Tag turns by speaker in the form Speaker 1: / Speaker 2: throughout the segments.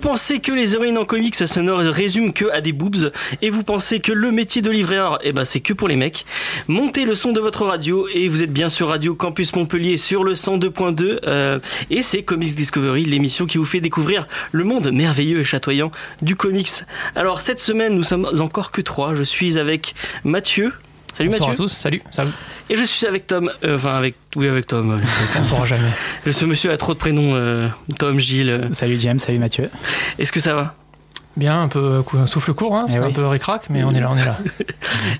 Speaker 1: pensez que les héroïnes en comics se ne résument que à des boobs et vous pensez que le métier de livreur, eh ben, c'est que pour les mecs, montez le son de votre radio et vous êtes bien sur Radio Campus Montpellier sur le 102.2 euh, et c'est Comics Discovery, l'émission qui vous fait découvrir le monde merveilleux et chatoyant du comics. Alors cette semaine, nous sommes encore que trois. Je suis avec Mathieu. Salut
Speaker 2: Bonsoir
Speaker 1: Mathieu.
Speaker 2: à tous, salut, salut.
Speaker 1: Et je suis avec Tom. euh, Enfin avec oui avec Tom.
Speaker 2: On saura jamais.
Speaker 1: Ce monsieur a trop de prénoms. euh, Tom, Gilles. euh.
Speaker 3: Salut James, salut Mathieu.
Speaker 1: Est-ce que ça va
Speaker 2: Bien, un peu cou- un souffle court, hein,
Speaker 3: Eh
Speaker 2: c'est un
Speaker 3: oui.
Speaker 2: peu ricrac, mais on est là, on est là.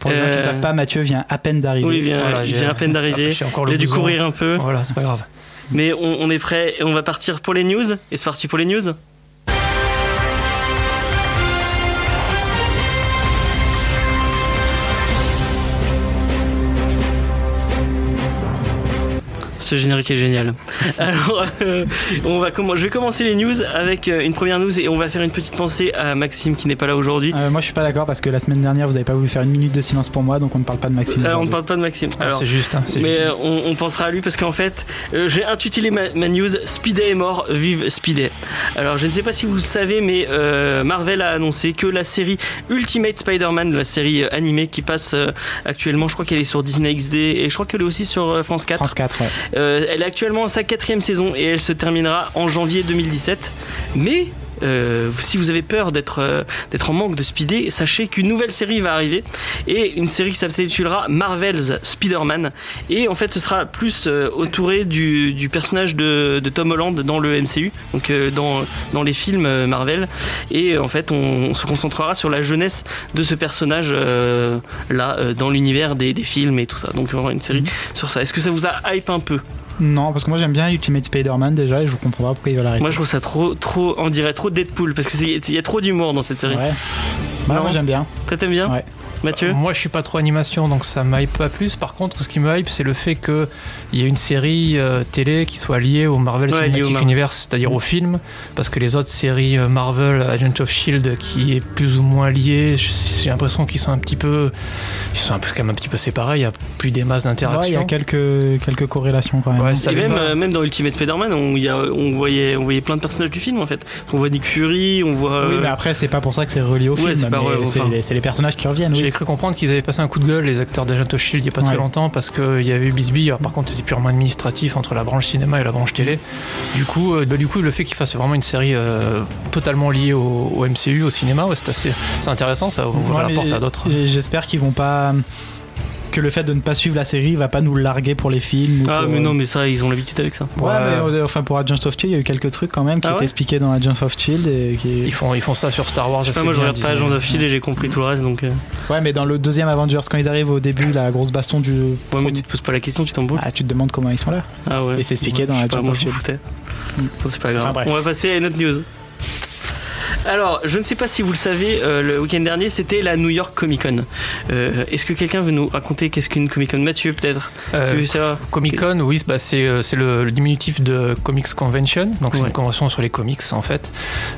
Speaker 3: Pour les gens qui ne
Speaker 1: Euh,
Speaker 3: savent pas, Mathieu vient à peine d'arriver.
Speaker 1: Oui, il vient,
Speaker 2: Voilà,
Speaker 1: il
Speaker 2: j'ai-
Speaker 1: vient à peine d'arriver.
Speaker 2: hop, j'ai encore
Speaker 1: Il
Speaker 2: le
Speaker 1: a dû
Speaker 2: blouson.
Speaker 1: courir un peu.
Speaker 2: Voilà, c'est pas grave.
Speaker 1: Mais on, on est prêt et on va partir pour les news. Et c'est parti pour les news Ce générique est génial. Alors, euh, on va comment je vais commencer les news avec euh, une première news et on va faire une petite pensée à Maxime qui n'est pas là aujourd'hui.
Speaker 3: Euh, moi je suis pas d'accord parce que la semaine dernière vous avez pas voulu faire une minute de silence pour moi donc on ne parle pas de Maxime.
Speaker 1: Euh, on ne
Speaker 3: aujourd'hui. Ah,
Speaker 1: parle pas de Maxime.
Speaker 2: Alors,
Speaker 1: Alors,
Speaker 2: c'est juste, hein, c'est
Speaker 1: Mais
Speaker 2: juste.
Speaker 1: euh, on, on pensera à lui parce qu'en fait, euh, j'ai intitulé ma, ma news Speeday est mort, vive Speeday. Alors, je ne sais pas si vous le savez, mais euh, Marvel a annoncé que la série Ultimate Spider-Man, la série euh, animée qui passe euh, actuellement, je crois qu'elle est sur Disney XD et je crois qu'elle est aussi sur euh, France 4.
Speaker 3: France 4, ouais.
Speaker 1: Euh, elle est actuellement à sa quatrième saison et elle se terminera en janvier 2017. Mais euh, si vous avez peur d'être euh, d'être en manque de speedé, sachez qu'une nouvelle série va arriver et une série qui s'intitulera Marvel's Spider-Man. Et en fait, ce sera plus euh, entouré du, du personnage de, de Tom Holland dans le MCU, donc euh, dans, dans les films euh, Marvel. Et euh, en fait, on, on se concentrera sur la jeunesse de ce personnage euh, là euh, dans l'univers des, des films et tout ça. Donc, il y aura une série sur ça. Est-ce que ça vous a hype un peu
Speaker 3: Non, parce que moi j'aime bien Ultimate Spider-Man déjà et je comprends pas pourquoi il va l'arrêter.
Speaker 1: Moi je trouve ça trop, trop, on dirait trop Deadpool parce qu'il y a trop d'humour dans cette série.
Speaker 3: Ouais. Bah,
Speaker 1: Non.
Speaker 3: moi j'aime bien.
Speaker 1: Ça t'aimes bien
Speaker 3: Ouais. Euh,
Speaker 1: Mathieu
Speaker 2: Moi, je suis pas trop animation, donc ça m'hype pas plus. Par contre, ce qui me hype, c'est le fait qu'il y ait une série euh, télé qui soit liée au Marvel
Speaker 1: Ouais, liée au
Speaker 2: Cinematic
Speaker 1: Mar-
Speaker 2: Universe, c'est-à-dire au film, parce que les autres séries euh, Marvel, Agent of Shield, E qui est plus ou moins liée, je- j'ai l'impression qu'ils sont un petit peu, ils sont un peu quand même un petit peu séparés. Il y a plus des masses
Speaker 3: Ouais, il y
Speaker 2: d'interactions.
Speaker 3: a quelques, quelques corrélations quand même.
Speaker 2: Ouais, ça
Speaker 1: et
Speaker 2: va
Speaker 1: même,
Speaker 2: pas.
Speaker 1: euh, même dans Ultimate Spider-Man, on, il y a- on voyait, on voyait plein de personnages du film en fait. On voit Nick Fury, on voit.
Speaker 3: Oui,
Speaker 1: euh,
Speaker 3: mais après c'est pas pour ça que c'est relié au
Speaker 1: Ouais,
Speaker 3: film.
Speaker 1: c'est pas-
Speaker 3: mais
Speaker 1: ouais,
Speaker 3: c'est
Speaker 1: enfin.
Speaker 3: les, c'est les personnages qui reviennent.
Speaker 2: J'ai
Speaker 3: Oui.
Speaker 2: cru comprendre qu'ils avaient passé un coup de gueule, les acteurs d'Agent of Shield, E il n'y a pas très
Speaker 3: Ouais.
Speaker 2: longtemps, parce qu'il y avait eu Bisbee. Alors, par contre, c'était purement administratif entre la branche cinéma et la branche télé. Du coup, euh, bah, du coup le fait qu'ils fassent vraiment une série euh, totalement liée au, au MCU, au cinéma, ouais, c'est assez c'est intéressant, ça ouvre
Speaker 3: Ouais,
Speaker 2: la
Speaker 3: mais
Speaker 2: porte à d'autres.
Speaker 3: j'ai- J'espère qu'ils vont pas. Que le fait de ne pas suivre la série va pas nous larguer pour les films. ou
Speaker 1: Ah,
Speaker 3: pour- euh,
Speaker 1: mais non, mais ça, ils ont l'habitude avec ça.
Speaker 3: Ouais,
Speaker 2: Ouais.
Speaker 3: mais euh, enfin pour Agents of Shield, il y a eu quelques trucs quand même qui
Speaker 1: Ah
Speaker 3: étaient
Speaker 1: ouais
Speaker 3: expliqués dans Agents of Shield et qui.
Speaker 2: Ils font, ils font ça sur Star Wars.
Speaker 1: Enfin,
Speaker 2: assez
Speaker 1: moi je
Speaker 2: bien,
Speaker 1: regarde pas
Speaker 2: Disney.
Speaker 1: Agent of Shield et j'ai compris tout le reste donc. euh,
Speaker 3: Ouais, mais dans le deuxième Avengers, quand ils arrivent au début, la grosse baston du.
Speaker 1: Ouais, mais
Speaker 3: premier-
Speaker 1: tu te poses pas la question, tu t'embrouilles.
Speaker 3: Ah, tu te demandes comment ils sont là.
Speaker 1: Ah ouais.
Speaker 3: Et c'est expliqué
Speaker 1: Ouais,
Speaker 3: dans
Speaker 1: je sais
Speaker 3: la
Speaker 1: pas,
Speaker 3: Jungle
Speaker 1: moi, je m'en
Speaker 3: Shield.
Speaker 1: foutais. Bon, c'est pas grave.
Speaker 3: Enfin, bref.
Speaker 1: On va passer à une autre news. Alors, je ne sais pas si vous le savez, euh, le week-end dernier, c'était la New York Comic Con. Euh, Est-ce que quelqu'un veut nous raconter qu'est-ce qu'une Comic Con Mathieu, peut-être
Speaker 2: Euh,
Speaker 1: Tu veux savoir
Speaker 2: Comic Con, oui, bah, c'est euh, c'est le, le diminutif de Comics Convention, donc c'est
Speaker 1: Ouais.
Speaker 2: une convention sur les comics en fait.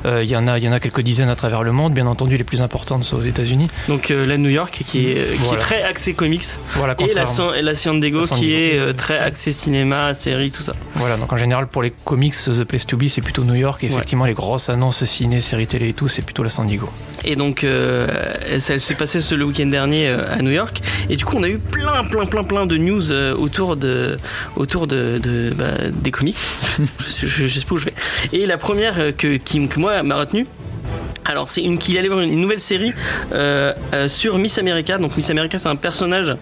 Speaker 2: Euh, Il y en a, il y en a quelques dizaines à travers le monde, bien entendu les plus importantes sont aux États-Unis.
Speaker 1: Donc, euh, la New York, qui est, euh, qui
Speaker 2: Voilà.
Speaker 1: est très axée comics,
Speaker 2: Voilà,
Speaker 1: et la,
Speaker 2: contrairement-
Speaker 1: San- et la San Diego,
Speaker 2: La San
Speaker 1: qui
Speaker 2: Diego.
Speaker 1: est euh, très axée cinéma, série, tout ça.
Speaker 2: Voilà, donc en général pour les comics, The Place to Be c'est plutôt New York, et
Speaker 1: Ouais.
Speaker 2: effectivement les grosses annonces ciné, séries télé et tout, c'est plutôt la San Diego.
Speaker 1: Et donc, euh, ça s'est passé ce, le week-end dernier euh, à New York. Et du coup, on a eu plein, plein, plein, plein de news euh, autour de, autour de, de- bah, des comics. je, je- je sais pas où je vais. Et la première euh, que, qui, que moi m'a retenue. Alors, c'est une qu'il allait y avoir une nouvelle série euh, euh, sur Miss America. Donc, Miss America, c'est un personnage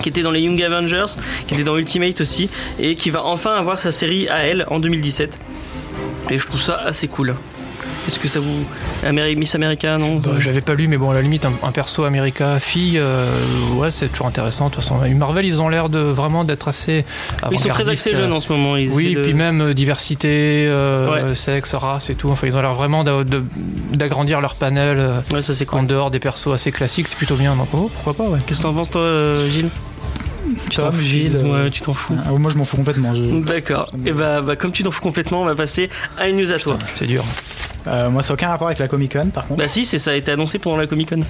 Speaker 1: qui était dans les Young Avengers, qui était dans Ultimate aussi, et qui va enfin avoir sa série à elle en 2017. Et je trouve ça assez cool. Est-ce que ça vous. Ameri- Miss America, non
Speaker 2: Bah, J'avais pas lu, mais bon, à la limite, un, un perso America fille, euh, ouais, c'est toujours intéressant. De toute façon, Marvel, ils ont l'air de vraiment d'être assez.
Speaker 1: Ils sont très axés
Speaker 2: axés
Speaker 1: jeunes hein. en ce moment. Ils
Speaker 2: euh, Oui,
Speaker 1: essaient
Speaker 2: et
Speaker 1: de-
Speaker 2: puis même euh, diversité, euh, sexe, race et tout. Enfin, ils ont l'air vraiment d'a- de- d'agrandir leur panel euh,
Speaker 1: Ouais, ça c'est cool.
Speaker 2: en dehors des persos assez classiques. C'est plutôt bien. Donc, oh, pourquoi pas, ouais.
Speaker 1: Qu'est-ce que t'en penses toi, euh, Gilles Tu t'en
Speaker 3: Tom,
Speaker 1: fous,
Speaker 3: Gilles. euh,
Speaker 1: Ouais, Mm. tu t'en fous.
Speaker 3: ah, moi, je m'en fous complètement. je-
Speaker 1: D'accord. Et bah, bah, comme tu t'en fous complètement, on va passer à une news à toi.
Speaker 2: C'est dur.
Speaker 3: Euh, moi, ça n'a aucun rapport avec la Comic Con, par contre.
Speaker 1: Bah si, c'est ça a été annoncé pendant la Comic Con.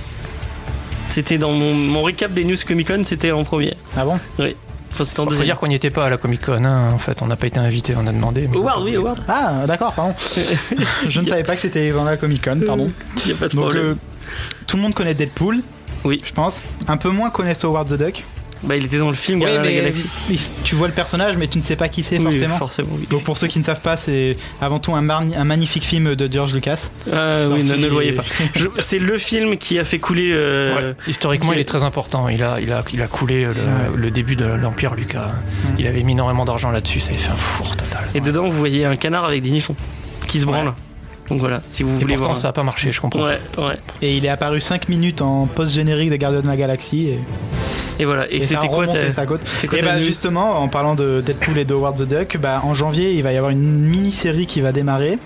Speaker 1: C'était dans mon, mon récap des news Comic Con, c'était en premier.
Speaker 3: Ah bon
Speaker 1: Oui. Enfin, c'était en
Speaker 2: Bon, faut
Speaker 1: deuxième.
Speaker 2: dire qu'on n'y était pas à la Comic Con, hein, en fait, on n'a pas été invité, on a demandé. mais-
Speaker 1: Howard, oui, Howard.
Speaker 3: Ah, d'accord, pardon. Je ne savais pas que c'était dans la Comic Con, pardon.
Speaker 1: Il a pas de
Speaker 3: Donc,
Speaker 1: problème.
Speaker 3: euh, tout le monde connaît Deadpool.
Speaker 1: Oui.
Speaker 3: Je pense. Un peu moins connaissent Howard the Duck.
Speaker 1: Bah, il était dans le film
Speaker 3: Oui,
Speaker 1: Gardien de la
Speaker 3: mais
Speaker 1: Galaxie.
Speaker 3: il- tu vois le personnage, mais tu ne sais pas qui c'est
Speaker 1: Oui,
Speaker 3: forcément.
Speaker 1: forcément. oui.
Speaker 3: Donc pour ceux qui ne savent pas, c'est avant tout un, marni- un magnifique film de George Lucas.
Speaker 1: Ah, oui, ne,
Speaker 3: Sorti-
Speaker 1: ne le voyez pas. Je- C'est le film qui a fait couler. euh,
Speaker 2: Ouais. Historiquement,
Speaker 1: ok.
Speaker 2: il est très important. Il a, il a, il a coulé euh, le,
Speaker 3: Ouais.
Speaker 2: le début de l'Empire, Lucas. Il avait mis énormément d'argent là-dessus, ça avait fait un four total.
Speaker 1: Et dedans, vous voyez un canard avec des nichons qui se
Speaker 2: Ouais.
Speaker 1: branle. Donc voilà, si vous
Speaker 2: Et
Speaker 1: voulez
Speaker 2: pourtant,
Speaker 1: voir.
Speaker 2: ça n'a pas marché, je comprends.
Speaker 1: Ouais, ouais.
Speaker 3: Et il est apparu 5 minutes en post-générique des Gardiens de la Galaxie. Et,
Speaker 1: Et voilà. Et,
Speaker 3: et ça a
Speaker 1: c'était quoi
Speaker 3: remonté
Speaker 1: ta-
Speaker 3: sa côte.
Speaker 1: C'est quoi
Speaker 3: Et
Speaker 1: ta
Speaker 3: bah
Speaker 1: news
Speaker 3: justement, en parlant de Deadpool et de Howard the Duck, bah, en janvier, il va y avoir une mini-série qui va démarrer.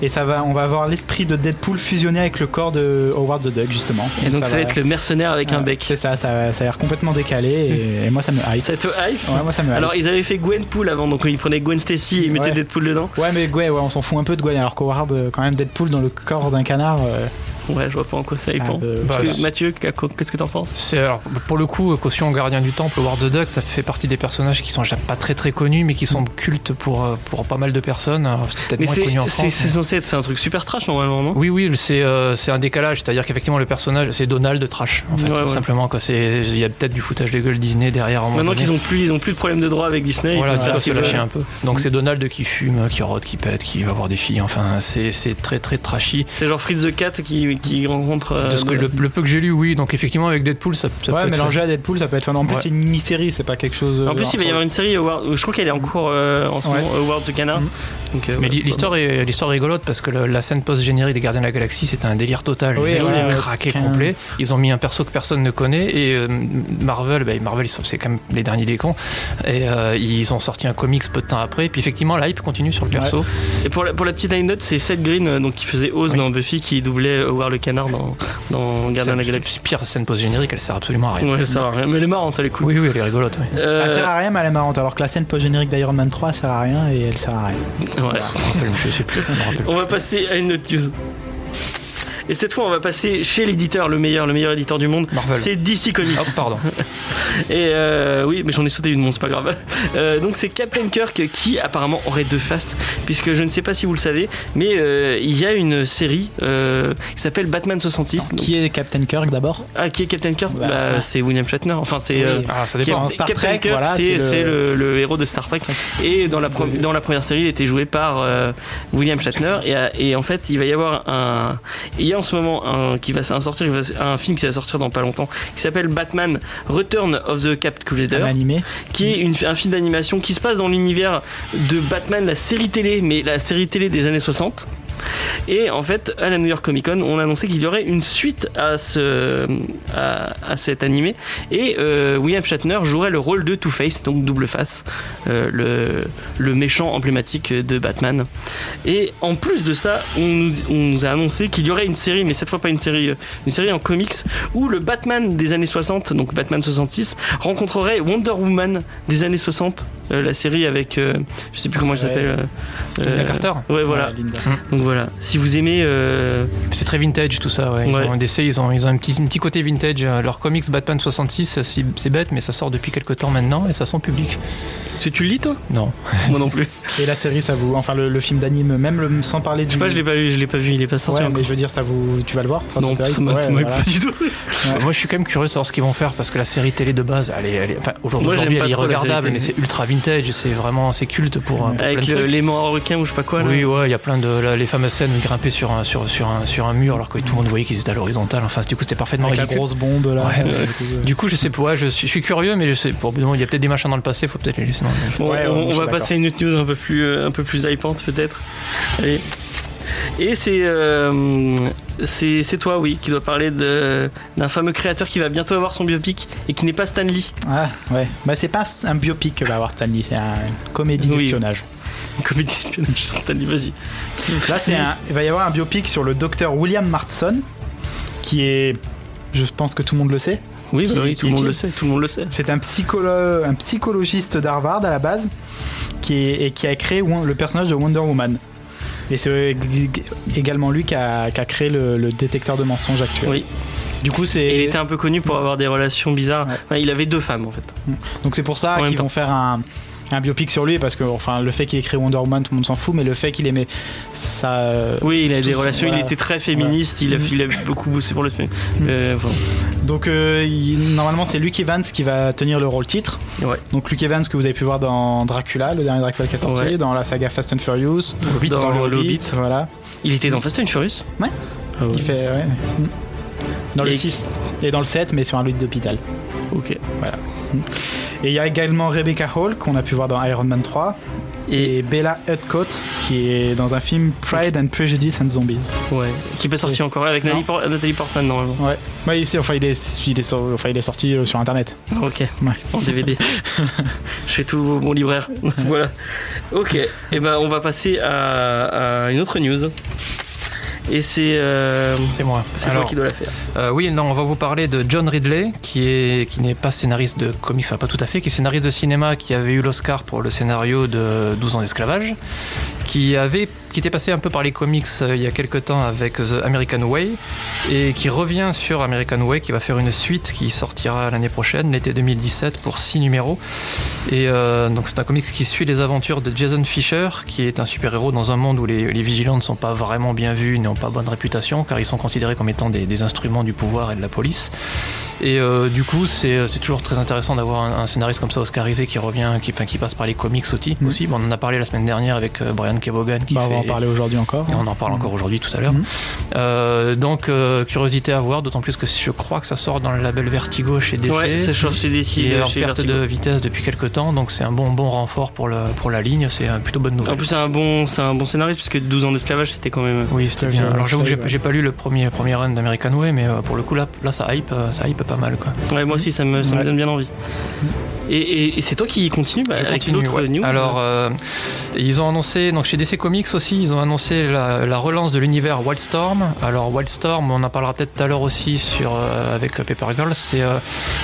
Speaker 3: Et ça va, on va avoir l'esprit de Deadpool fusionné avec le corps de Howard the Duck, justement.
Speaker 1: Et donc ça, va
Speaker 3: va-
Speaker 1: être le mercenaire avec un
Speaker 3: Ouais,
Speaker 1: bec.
Speaker 3: C'est ça, ça, va- ça a l'air complètement décalé et, et moi ça me hype.
Speaker 1: Ça te hype
Speaker 3: Ouais, moi ça me hype.
Speaker 1: Alors ils avaient fait Gwenpool avant, donc ils prenaient Gwen Stacy et ils mettaient
Speaker 3: Ouais.
Speaker 1: Deadpool dedans.
Speaker 3: Ouais, mais Gwen, ouais, on s'en fout un peu de Gwen, alors qu'Howard, euh, quand même, Deadpool dans le corps d'un canard. euh,
Speaker 1: Ouais, je vois pas en quoi ça
Speaker 3: ah,
Speaker 1: dépend.
Speaker 3: euh,
Speaker 2: Bah,
Speaker 1: Parce que,
Speaker 2: c'est-
Speaker 1: Mathieu, qu'à quoi- qu'est-ce que t'en penses
Speaker 2: C'est alors pour le coup caution gardien du temple, Howard the Duck, ça fait partie des personnages qui sont déjà pas très très connus, mais qui sont cultes pour euh, pour pas mal de personnes. Alors, C'est peut-être
Speaker 1: Mais
Speaker 2: moins
Speaker 1: c'est
Speaker 2: connu en
Speaker 1: c'est-
Speaker 2: France.
Speaker 1: c'est
Speaker 2: mais-
Speaker 1: censé être c'est un truc super trash normalement, non
Speaker 2: Oui, oui, c'est euh, c'est un décalage, c'est-à-dire qu'effectivement le personnage, c'est Donald de trash, en fait,
Speaker 1: Ouais,
Speaker 2: tout
Speaker 1: ouais.
Speaker 2: simplement. quoi. C'est- Il y a peut-être du foutage de gueule Disney derrière. à un moment
Speaker 1: Maintenant
Speaker 2: donné.
Speaker 1: qu'ils ont plus, ils ont plus de problème de droit avec Disney.
Speaker 2: Voilà,
Speaker 1: ils peuvent
Speaker 2: tu
Speaker 1: faire
Speaker 2: dois
Speaker 1: ce
Speaker 2: se
Speaker 1: qu'ils
Speaker 2: lâcher
Speaker 1: veulent.
Speaker 2: un peu. Donc c'est Donald qui fume, qui rote, qui pète, qui va voir des filles. Enfin, c'est c'est très très trashy.
Speaker 1: C'est genre Fritz the Cat qui, qui rencontre. euh,
Speaker 2: De ce que le,
Speaker 1: Donald.
Speaker 2: le peu que j'ai lu, oui. Donc effectivement, avec Deadpool, ça, ça
Speaker 3: ouais,
Speaker 2: peut être.
Speaker 3: mélanger à Deadpool, ça peut être fun. En plus,
Speaker 2: Ouais.
Speaker 3: c'est une mini-série, c'est pas quelque chose. euh,
Speaker 1: En plus, il va y
Speaker 3: genre,
Speaker 1: avoir une série, Howard- je crois qu'elle est en cours euh, en ce
Speaker 3: Ouais.
Speaker 1: moment, Howard the Canard.
Speaker 3: Mhm.
Speaker 1: Donc, euh,
Speaker 2: Mm. Mais
Speaker 1: voilà.
Speaker 2: l'hi- l'histoire est, l'histoire est rigolote parce que le- la scène post-générique des Gardiens de la Galaxie, c'était un délire total. les
Speaker 3: Oui,
Speaker 2: mecs, ils
Speaker 3: ouais,
Speaker 2: ont
Speaker 3: ouais,
Speaker 2: craqué
Speaker 3: aucun-
Speaker 2: complet. Ils ont mis un perso que personne ne connaît. Et euh, Marvel, bah, Marvel, ils sont- c'est quand même les derniers des cons. Et euh, ils ont sorti un comics peu de temps après. Et puis effectivement, la hype continue sur le perso.
Speaker 1: Et pour la, pour la petite anecdote, c'est Seth Green euh, donc, qui faisait Oz
Speaker 2: Oui.
Speaker 1: dans Buffy qui doublait Howard le Canard dans, dans
Speaker 2: C'est
Speaker 1: Gardien de la Galaxie.
Speaker 2: pire scène post-générique, elle sert absolument à rien.
Speaker 1: Ouais, ça va rien. Mais elle est marrante, elle est cool.
Speaker 2: Oui, oui, elle est rigolote. oui.
Speaker 1: Euh,
Speaker 3: Elle sert à rien, mais elle est marrante. Alors que la scène post-générique d'Iron Man 3 sert à rien et elle sert à rien.
Speaker 1: ouais.
Speaker 2: rappelle, je sais plus. je me rappelle.
Speaker 1: On va passer à une autre news. Et cette fois, on va passer chez l'éditeur, le meilleur, le meilleur éditeur du monde.
Speaker 2: Marvel.
Speaker 1: C'est DC Comics.
Speaker 3: Ah
Speaker 2: Oh, pardon.
Speaker 1: Et euh, oui, mais j'en ai sauté une, bon, c'est pas grave. Euh, donc c'est Captain Kirk qui apparemment aurait deux faces, puisque je ne sais pas si vous le savez, mais euh, il y a une série euh, qui s'appelle Batman 66. donc-
Speaker 3: Qui est Captain Kirk d'abord
Speaker 1: ah, qui est Captain Kirk
Speaker 3: Bah,
Speaker 1: Bah, C'est William Shatner. Enfin, c'est.
Speaker 3: Oui.
Speaker 1: euh,
Speaker 2: Ah, ça dépend.
Speaker 1: Cap-
Speaker 3: en Star
Speaker 1: Captain
Speaker 3: Trek,
Speaker 1: Kirk,
Speaker 3: voilà,
Speaker 1: c'est
Speaker 3: c'est
Speaker 1: c'est le...
Speaker 3: le-
Speaker 1: le héros de Star Trek. Et dans la, pro- dans la première série, il était joué par euh, William Shatner. Et, euh, et en fait, il va y avoir un. Il y a en ce moment un, qui va s- un sortir, il va- un film qui va sortir dans pas longtemps, qui s'appelle Batman Return of the Cap
Speaker 3: Un
Speaker 1: Crusader,
Speaker 3: animé.
Speaker 1: qui est une- un film d'animation qui se passe dans l'univers de Batman, la série télé, mais la série télé des années 60. Et en fait, à la New York Comic Con, on annonçait qu'il y aurait une suite à, ce, à, à cet animé. Et euh, William Shatner jouerait le rôle de Two-Face, donc double face, euh, le, le méchant emblématique de Batman. Et en plus de ça, on nous, on nous a annoncé qu'il y aurait une série, mais cette fois pas une série, euh, une série en comics, où le Batman des années 60, donc Batman 66, rencontrerait Wonder Woman des années 60, euh, la série avec, euh, je sais plus comment elle
Speaker 3: Ouais.
Speaker 1: s'appelle. euh,
Speaker 2: Linda
Speaker 1: euh,
Speaker 2: Carter.
Speaker 1: Ouais, voilà.
Speaker 3: Linda.
Speaker 1: Donc voilà, si vous aimez, euh,
Speaker 2: C'est très vintage tout ça. Ouais. Ils
Speaker 1: Ouais.
Speaker 2: ont DC, ils ont, ils ont un petit, un petit côté vintage. Euh, Leur comics Batman 66, c'est c'est bête, mais ça sort depuis quelques temps maintenant et ça sent public.
Speaker 1: tu, tu le lis toi
Speaker 2: Non.
Speaker 1: Moi non plus.
Speaker 3: Et la série, ça vous. Enfin, le, le film d'anime, même le- sans parler
Speaker 1: Je
Speaker 3: du.
Speaker 1: sais pas, je l'ai pas lu, je l'ai pas vu, il est pas sorti.
Speaker 3: Ouais,
Speaker 1: encore.
Speaker 3: mais je veux dire, ça vous. Tu vas le voir Enfin,
Speaker 1: non,
Speaker 3: te hype
Speaker 1: ça m'a
Speaker 3: Ouais,
Speaker 1: ça m'a
Speaker 3: voilà.
Speaker 1: pas du tout.
Speaker 3: Ouais.
Speaker 2: Moi, je suis quand même curieux de savoir ce qu'ils vont faire parce que la série télé de base, elle est, elle est- enfin, aujourd'hui,
Speaker 1: Moi, j'aime
Speaker 2: aujourd'hui,
Speaker 1: pas
Speaker 2: elle est
Speaker 1: trop la série
Speaker 2: regardable,
Speaker 1: télé.
Speaker 2: mais c'est ultra vintage. et C'est vraiment, c'est culte pour. euh, pour plein
Speaker 1: Avec
Speaker 2: de
Speaker 1: le-
Speaker 2: trucs.
Speaker 1: l'aimant requin ou je sais pas quoi. là.
Speaker 2: Oui, ouais, il y a plein de là, les fameuses scènes où ils grimpaient sur un, sur, sur un, sur un mur alors que tout le monde voyait qu'ils étaient à l'horizontale. Enfin, du coup, c'était parfaitement
Speaker 3: Avec la
Speaker 2: ridicule.
Speaker 3: grosse bombe là.
Speaker 2: Ouais.
Speaker 3: euh,
Speaker 2: Du coup, je sais pas, ouais, je suis, je suis curieux, mais je sais, pour il y a peut-être des machins dans le passé, faut peut-être les laisser dans le
Speaker 1: Bon,
Speaker 3: Ouais, ouais,
Speaker 1: on,
Speaker 3: moi,
Speaker 1: on
Speaker 3: je suis
Speaker 1: va
Speaker 3: d'accord.
Speaker 1: passer à une autre news un peu plus, euh, un peu plus hypante peut-être. Allez. Et c'est euh, c'est c'est toi, oui, qui doit parler de- d'un fameux créateur qui va bientôt avoir son biopic et qui n'est pas Stan Lee.
Speaker 3: Ah ouais, bah c'est pas un biopic que va avoir Stanley, c'est un- une comédie
Speaker 1: Oui.
Speaker 3: d'espionnage.
Speaker 1: Une Comédie d'espionnage sur Stan Lee, vas-y.
Speaker 3: Là, c'est un- il va y avoir un biopic sur le docteur William Martson, qui est, je pense que tout le monde le sait,
Speaker 1: Oui, bah oui, tout
Speaker 3: Qui-
Speaker 1: le
Speaker 3: qui
Speaker 1: monde
Speaker 3: est-il
Speaker 1: le sait, tout le monde le sait.
Speaker 3: c'est un psychologue, un psychologiste d'Harvard à la base, qui est- et qui a créé Won- le personnage de Wonder Woman. Et c'est également lui qui a, qui a créé le, le détecteur de mensonges actuel.
Speaker 1: Oui.
Speaker 3: Du coup,
Speaker 1: Et il
Speaker 3: c'est
Speaker 1: était un peu connu pour avoir des relations bizarres.
Speaker 3: Ouais.
Speaker 1: Enfin, il avait deux femmes en fait.
Speaker 3: donc c'est pour ça
Speaker 1: en même
Speaker 3: qu'ils
Speaker 1: temps.
Speaker 3: vont faire un, un biopic sur lui parce que enfin le fait qu'il ait créé Wonder Woman, tout le monde s'en fout, mais le fait qu'il aimait ça. euh,
Speaker 1: Oui, il a des
Speaker 3: Tous,
Speaker 1: relations.
Speaker 3: voilà.
Speaker 1: Il était très féministe. Il, a,
Speaker 3: Mm.
Speaker 1: il a beaucoup bossé pour le film.
Speaker 3: Mm.
Speaker 1: Euh, voilà.
Speaker 3: Donc euh, il- normalement c'est Luke Evans qui va tenir le rôle titre.
Speaker 1: Ouais.
Speaker 3: Donc Luke Evans que vous avez pu voir dans Dracula, le dernier Dracula qui est sorti,
Speaker 1: Ouais.
Speaker 3: dans la saga Fast and Furious,
Speaker 1: Dans le Hobbit.
Speaker 3: voilà.
Speaker 1: Il était dans Fast and Furious.
Speaker 3: Ouais.
Speaker 1: Ah ouais.
Speaker 3: Il fait ouais. Mm. dans le
Speaker 1: Et-
Speaker 3: 6 et dans le 7 mais sur un lit d'hôpital.
Speaker 1: Ok.
Speaker 3: Et il y a également Rebecca Hall qu'on a pu voir dans Iron Man 3
Speaker 1: Et
Speaker 3: et Bella Heathcote qui est dans un film Pride and Prejudice and Zombies.
Speaker 1: ouais. Qui peut sortir encore avec
Speaker 3: Non.
Speaker 1: Nathalie, Por- Nathalie Portman normalement.
Speaker 3: Ouais. Ouais, il s'est- enfin il est il est, sor- enfin, il est sorti euh, sur internet.
Speaker 1: Ok.
Speaker 3: Ouais.
Speaker 1: En DVD. Chez tout mon libraire. voilà. Ok. Et ben on va passer à, à une autre news. Et c'est euh,
Speaker 2: C'est moi.
Speaker 1: c'est toi
Speaker 2: Alors,
Speaker 1: qui dois la faire.
Speaker 2: Euh, oui, non, on va vous parler de John Ridley, qui est qui n'est pas scénariste de comics, enfin pas tout à fait, qui est scénariste de cinéma, qui avait eu l'Oscar pour le scénario de 12 ans d'esclavage, qui avait qui était passé un peu par les comics euh, il y a quelques temps avec The American Way, et qui revient sur American Way, qui va faire une suite qui sortira l'année prochaine, l'été 2017, pour 6 numéros. Et euh, donc c'est un comics qui suit les aventures de Jason Fisher, qui est un super-héros dans un monde où les, les vigilants ne sont pas vraiment bien vus, n'ont pas bonne réputation, car ils sont considérés comme étant des, des instruments du pouvoir et de la police. Et euh, du coup, c'est c'est toujours très intéressant d'avoir un, un scénariste comme ça, oscarisé, qui revient, qui, enfin, qui passe par les comics aussi.
Speaker 3: Mhm.
Speaker 2: aussi. Bon, on en a parlé la semaine dernière avec euh, Brian Kevogan, qui
Speaker 3: Bah, on va en
Speaker 2: fait-
Speaker 3: parler aujourd'hui encore.
Speaker 2: et on en parle encore aujourd'hui tout à l'heure.
Speaker 3: Mhm.
Speaker 1: Mm-hmm.
Speaker 2: Euh, donc, euh, curiosité à voir, d'autant plus que je crois que ça sort dans le label Vertigo chez DC.
Speaker 1: Ouais. C'est chez DC.
Speaker 2: qui est
Speaker 1: euh,
Speaker 2: en
Speaker 1: chez
Speaker 2: perte
Speaker 1: Vertigo.
Speaker 2: de vitesse depuis quelques temps, donc c'est un bon, bon renfort pour, le, pour la ligne, c'est une plutôt bonne
Speaker 1: En
Speaker 2: nouvelle.
Speaker 1: plus, c'est un bon, c'est un bon scénariste puisque 12 ans d'esclavage, c'était quand même.
Speaker 2: Oui, c'était
Speaker 3: Ouais,
Speaker 2: bien.
Speaker 3: ça-
Speaker 2: Alors j'avoue que
Speaker 3: ça
Speaker 2: j'ai
Speaker 3: va.
Speaker 2: j'ai pas lu le premier, premier run d'American Way, mais euh, pour le coup là, là ça hype, euh, ça hype pas mal quoi.
Speaker 1: Ouais, moi aussi, ça me, ça me
Speaker 3: Ouais.
Speaker 1: donne bien envie. Et, et- et c'est toi qui continue bah,
Speaker 2: Je
Speaker 1: avec
Speaker 2: continue,
Speaker 1: l'autre
Speaker 2: ouais.
Speaker 1: news.
Speaker 2: Alors, euh, ils ont annoncé, donc chez DC Comics aussi, ils ont annoncé la, la relance de l'univers Wildstorm. Alors, Wildstorm, on en parlera peut-être tout à l'heure aussi sur, euh, avec Paper Girls. C'est euh,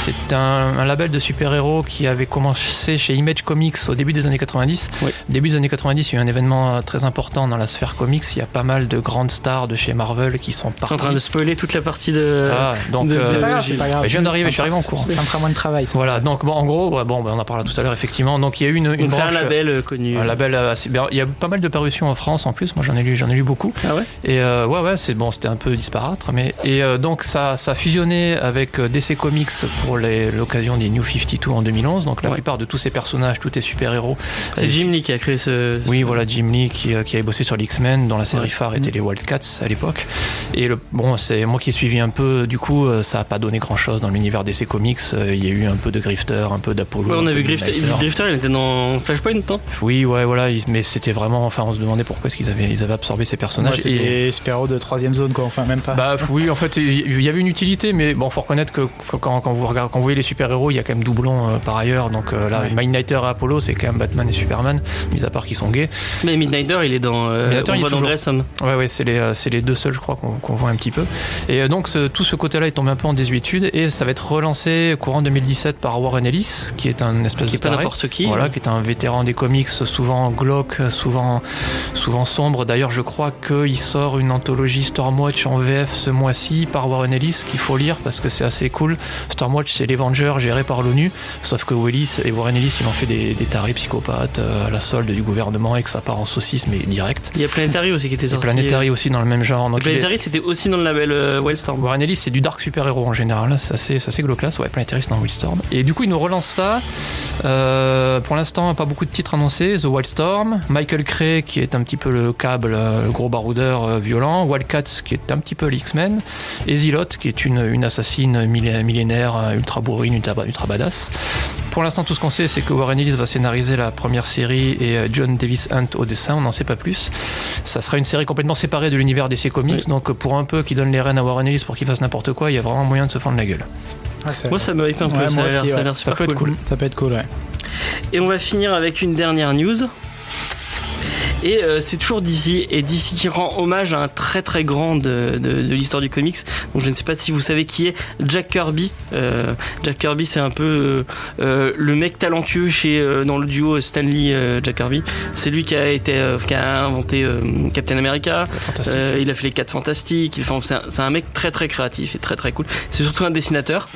Speaker 2: c'est un, un label de super-héros qui avait commencé chez Image Comics au début des années 90.
Speaker 1: Oui.
Speaker 2: Début des années 90, il y a eu un événement euh, très important dans la sphère comics. Il y a pas mal de grandes stars de chez Marvel qui sont
Speaker 1: T'es
Speaker 2: parties.
Speaker 1: en train de spoiler toute la partie de.
Speaker 2: Ah, donc,
Speaker 1: de-
Speaker 3: C'est
Speaker 2: euh,
Speaker 3: pas grave,
Speaker 1: Gilles.
Speaker 3: c'est pas grave.
Speaker 2: je viens d'arriver, je suis arrivé en cours.
Speaker 3: Ça me fera moins de travail. ça.
Speaker 2: Voilà, donc bon, en gros, ouais, bon, ben, on en parlera tout à l'heure effectivement. Donc il y a eu une, une
Speaker 1: Donc c'est un
Speaker 2: branche-
Speaker 1: label euh, connu.
Speaker 2: un label euh, assez bien. Il y a pas mal de parutions en France en plus. Moi, j'en ai lu, j'en ai lu beaucoup.
Speaker 1: Ah ouais
Speaker 2: Et euh, ouais, ouais, c'est bon, c'était un peu disparate, mais et euh, donc ça, ça fusionnait avec euh, DC Comics pour les- l'occasion des New 52 en 2011. Donc la
Speaker 1: Ouais.
Speaker 2: plupart de tous ces personnages, tous ces super héros.
Speaker 1: C'est
Speaker 2: Et-
Speaker 1: Jim Lee qui a créé ce.
Speaker 2: Oui, voilà Jim Lee qui, euh, qui avait bossé sur les X-Men, dont la série
Speaker 1: Ouais. Mm.
Speaker 2: phare était les Wildcats à l'époque. Et le, bon, c'est moi qui ai suivi un peu. Du coup, euh, ça a pas donné grand chose dans l'univers DC Comics. Euh, Il y a eu un peu de Grifter, un peu d'Apollo.
Speaker 1: Ouais, on
Speaker 2: un
Speaker 1: a
Speaker 2: peu
Speaker 1: vu
Speaker 2: de
Speaker 1: Grifter,
Speaker 2: Midnighter.
Speaker 1: Grifter, il était dans Flashpoint, non
Speaker 2: Oui, ouais, voilà, ils- mais c'était vraiment. Enfin, on se demandait pourquoi est-ce qu'ils avaient, ils avaient absorbé ces personnages.
Speaker 3: Ouais, c'est
Speaker 2: Et-
Speaker 3: des super-héros de troisième zone, quoi. Enfin, même pas.
Speaker 2: bah f- oui, en fait, il y avait une utilité, mais bon, faut reconnaître que f- quand, quand vous regardez, quand vous voyez les super-héros, il y a quand même doublon euh, par ailleurs. Donc euh, là,
Speaker 3: Ouais.
Speaker 2: Mindnighter et Apollo, c'est quand même Batman et Superman, mis à part qu'ils sont gays.
Speaker 1: Mais Midnighter, il est dans. euh,
Speaker 2: Midnighter,
Speaker 1: on
Speaker 2: il est
Speaker 1: voit dans
Speaker 2: toujours-
Speaker 1: Grayson.
Speaker 2: Ouais, ouais, c'est les, euh, c'est les deux seuls, je crois, qu'on qu'on voit un petit peu. Et euh, donc, ce- tout ce côté-là est tombé un peu en désuétude, et ça va être relancé courant 2017 par Warren Ellis, qui est un espèce
Speaker 1: Qui est
Speaker 2: de
Speaker 1: pas
Speaker 2: taré.
Speaker 1: n'importe qui.
Speaker 2: Voilà, qui est un vétéran des comics, souvent glauque, souvent, souvent sombre. D'ailleurs, je crois qu'il sort une anthologie Stormwatch en VF ce mois-ci par Warren Ellis, qu'il faut lire parce que c'est assez cool. Stormwatch, c'est l'Avenger géré par l'ONU, sauf que Willis et Warren Ellis, ils en fait des, des tarés psychopathes euh, à la solde du gouvernement et que ça part en saucisse, mais direct.
Speaker 1: Il y a Planetary aussi qui était
Speaker 2: Et
Speaker 1: sorti.
Speaker 2: Planetary aussi dans le même genre.
Speaker 1: Et
Speaker 2: Donc il est-
Speaker 1: Planetary, c'était aussi dans le label euh, Wildstorm.
Speaker 2: Warren Ellis, c'est du dark super-héros en général. C'est assez, c'est assez glauque-classe. Ouais, Planetary, c'est dans Wildstorm. Et du coup, il nous relance ça. Euh, pour l'instant, pas beaucoup de titres annoncés. The Wildstorm, Michael Cray, qui est un petit peu le câble, euh, le gros baroudeur euh, violent, Wildcats, qui est un petit peu les X-Men, et Zilot, qui est une, une assassine millé- millénaire, euh, ultra bourrine, ultra, ultra badass. Pour l'instant, tout ce qu'on sait, c'est que Warren Ellis va scénariser la première série et euh, John Davis Hunt au dessin. On n'en sait pas plus. Ça sera une série complètement séparée de l'univers DC Comics.
Speaker 1: Oui.
Speaker 2: Donc, euh, pour un peu qui donne les rênes à Warren Ellis pour qu'il fasse n'importe quoi, il y a vraiment moyen de se fendre la gueule.
Speaker 3: Ah, c'est-
Speaker 1: Moi, ça me hype un peu.
Speaker 3: Ouais,
Speaker 1: ça
Speaker 3: moi
Speaker 1: a l'air-
Speaker 3: aussi,
Speaker 1: ça a
Speaker 3: ouais.
Speaker 1: l'air
Speaker 2: Ça
Speaker 1: super
Speaker 2: peut être cool.
Speaker 3: Ça peut être cool, ouais.
Speaker 1: Et on va finir avec une dernière news. Et euh, c'est toujours DC, et DC qui rend hommage à un très très grand de, de- de l'histoire du comics. Donc je ne sais pas si vous savez qui est Jack Kirby. Euh, Jack Kirby, c'est un peu euh, euh, le mec talentueux chez euh, dans le duo Stanley euh, Jack Kirby. C'est lui qui a été euh, qui a inventé euh, Captain America.
Speaker 2: Fantastique.
Speaker 1: Euh, il a fait les 4 fantastiques. Il- Enfin, c'est un, c'est un mec très très créatif et très très cool. C'est surtout un dessinateur.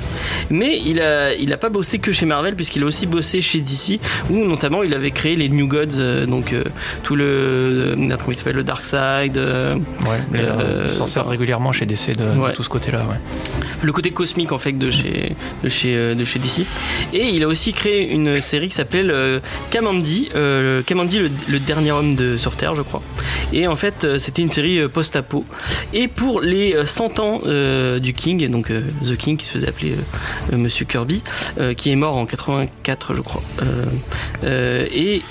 Speaker 1: Mais il a, il a pas bossé que chez Marvel, puisqu'il a aussi bossé chez DC, où notamment il avait créé les New Gods, euh, donc euh, tout le. euh, merde, comment il s'appelle Le Dark Side. euh,
Speaker 2: Ouais, mais, euh,
Speaker 1: euh,
Speaker 2: il s'en sert régulièrement chez DC de, de
Speaker 1: Ouais.
Speaker 2: tout ce côté-là. ouais.
Speaker 1: le côté cosmique en fait de chez de chez euh, de chez DC et il a aussi créé une série qui s'appelle euh, Kamandi euh, Kamandi le, le dernier homme de sur terre je crois et en fait euh, c'était une série euh, post-apo et pour les euh, 100 ans euh, du King donc euh, The King qui se faisait appeler euh, euh, monsieur Kirby euh, qui est mort en 84 je crois Euh, euh, et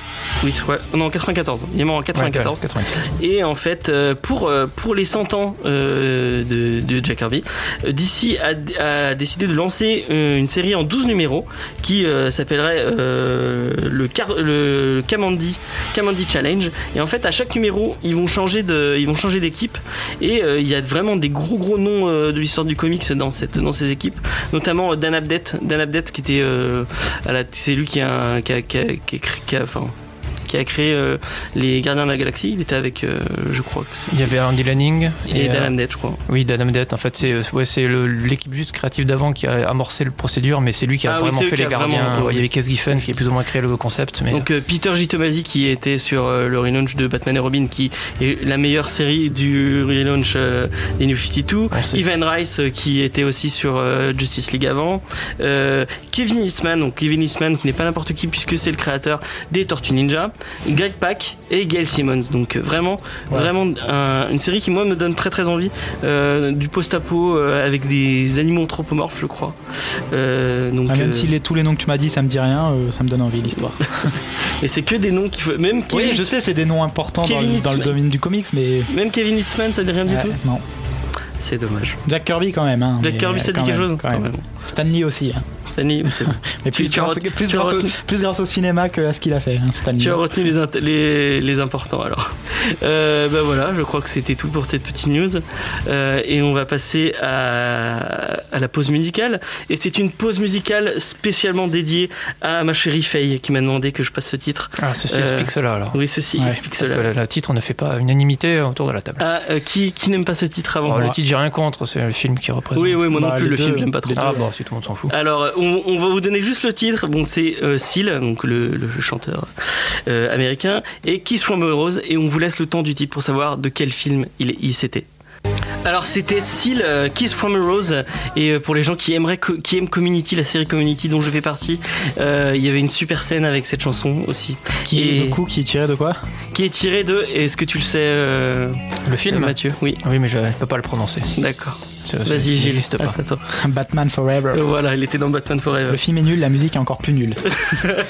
Speaker 1: oui ouais, non 94 il est mort en 94
Speaker 2: Ouais, 94.
Speaker 1: et en fait, euh, pour, euh, pour les 100 ans euh, de, de Jack Kirby, euh, DC a, a décidé de lancer euh, une série en 12 numéros qui euh, s'appellerait euh, le, Car- le Kamandi, Kamandi Challenge. Et en fait, à chaque numéro, ils vont changer de, ils vont changer d'équipe. Et euh, il y a vraiment des gros gros noms euh, de l'histoire du comics dans cette, dans ces équipes, notamment euh, Dan Abdett, Dan Abdett qui était, euh, à la- c'est lui qui a, qui a, qui a, qui a, cré- qui a- enfin, qui a créé euh, les Gardiens de la Galaxie. Il était avec, euh, je crois que c'est.
Speaker 2: Il y avait Andy Lanning
Speaker 1: Et,
Speaker 2: euh,
Speaker 1: Dan Abnett, je crois.
Speaker 2: Oui, Dan Abnett, en fait, c'est euh, ouais, c'est le- l'équipe juste créative d'avant qui a amorcé le procédure, mais c'est lui qui
Speaker 1: Ah
Speaker 2: a
Speaker 1: oui,
Speaker 2: vraiment
Speaker 1: c'est eux
Speaker 2: fait
Speaker 1: qui
Speaker 2: les
Speaker 1: a vraiment-
Speaker 2: gardiens. Ouais, il
Speaker 1: oui.
Speaker 2: y avait Case Giffen qui a plus ou moins créé le concept, mais
Speaker 1: Donc euh, Peter J. Tomasi qui était sur euh, le relaunch de Batman et Robin, qui est la meilleure série du relaunch euh, des New 52.
Speaker 2: On sait.
Speaker 1: Ivan Rice euh, qui était aussi sur euh, Justice League avant. Euh, Kevin Eastman, donc Kevin Eastman qui n'est pas n'importe qui puisque c'est le créateur des Tortues Ninja. Greg Pak et Gail Simmons. Donc euh, vraiment,
Speaker 2: Ouais.
Speaker 1: vraiment un- une série qui moi me donne très très envie. Euh, du post-apo euh, avec des animaux anthropomorphes, je crois. Euh, donc,
Speaker 3: Ah, même
Speaker 1: euh,
Speaker 3: si les, tous les noms que tu m'as dit, ça me dit rien, euh, ça me donne envie l'histoire.
Speaker 1: et c'est que des noms qui faut même
Speaker 3: Oui,
Speaker 1: Kevin
Speaker 3: je sais, c'est des noms importants dans
Speaker 1: Kevin
Speaker 3: le, dans le
Speaker 1: Eastman.
Speaker 3: domaine du comics, mais.
Speaker 1: Même Kevin Eastman, ça dit rien
Speaker 3: Ouais,
Speaker 1: du tout
Speaker 3: non.
Speaker 1: C'est dommage.
Speaker 3: Jack Kirby quand même. hein,
Speaker 1: Jack
Speaker 3: mais,
Speaker 1: Kirby, ça
Speaker 3: euh,
Speaker 1: dit
Speaker 3: quand
Speaker 1: quelque
Speaker 3: même,
Speaker 1: chose
Speaker 3: quand même. Stanley aussi. hein.
Speaker 1: Stanley, c'est bon.
Speaker 3: Mais
Speaker 1: Tu-
Speaker 3: plus,
Speaker 1: tu as
Speaker 3: grâce,
Speaker 1: retenu-
Speaker 3: plus
Speaker 1: tu as
Speaker 3: grâce au,
Speaker 1: retenu-
Speaker 3: plus grâce au cinéma que à ce qu'il a fait, hein, Stanley.
Speaker 1: Tu as retenu les, int- les, les importants alors. Euh, bah voilà, je crois que c'était tout pour cette petite news. Euh, et on va passer à, à la pause musicale. Et c'est une pause musicale spécialement dédiée à ma chérie Faye qui m'a demandé que je passe ce titre.
Speaker 2: Ah, ceci
Speaker 1: Euh,
Speaker 2: explique cela alors.
Speaker 1: Oui, ceci
Speaker 3: Ouais,
Speaker 1: explique
Speaker 2: Parce que
Speaker 1: cela.
Speaker 2: le, le titre ne fait pas unanimité autour de la table.
Speaker 1: Ah, euh, qui qui n'aime pas ce titre avant
Speaker 2: Alors, le
Speaker 1: moi
Speaker 2: titre, j'ai rien contre, c'est le film qui représente.
Speaker 1: Oui, oui, moi non
Speaker 3: Bah,
Speaker 1: plus,
Speaker 3: les
Speaker 1: le
Speaker 3: deux,
Speaker 1: film, j'aime pas trop.
Speaker 3: les
Speaker 2: Ah bon, si tout le monde s'en fout.
Speaker 1: Alors, euh, on, on va vous donner juste le titre. Bon, c'est euh, Seal, donc le, le chanteur euh, américain, et Kiss from a Rose. Et on vous laisse le temps du titre pour savoir de quel film il, il s'était. Alors c'était Seal, euh, Kiss from a Rose, et euh, pour les gens qui aimeraient co- qui aiment Community, la série Community dont je fais partie, euh, il y avait une super scène avec cette chanson aussi,
Speaker 3: Qui
Speaker 1: Et-
Speaker 3: du coup qui tirait de quoi
Speaker 1: qui est tirée de. Est-ce que tu le sais, euh,
Speaker 2: Le film
Speaker 1: Mathieu Oui,
Speaker 2: Oui, mais je ne peux pas le prononcer.
Speaker 1: d'accord.
Speaker 2: C'est- c'est-
Speaker 1: Vas-y,
Speaker 2: il
Speaker 1: Gilles,
Speaker 2: n'existe pas.
Speaker 1: passe à toi.
Speaker 3: Batman
Speaker 1: Euh,
Speaker 3: Forever.
Speaker 1: Voilà, il était dans Batman Forever.
Speaker 3: Le film est nul, la musique est encore plus nulle.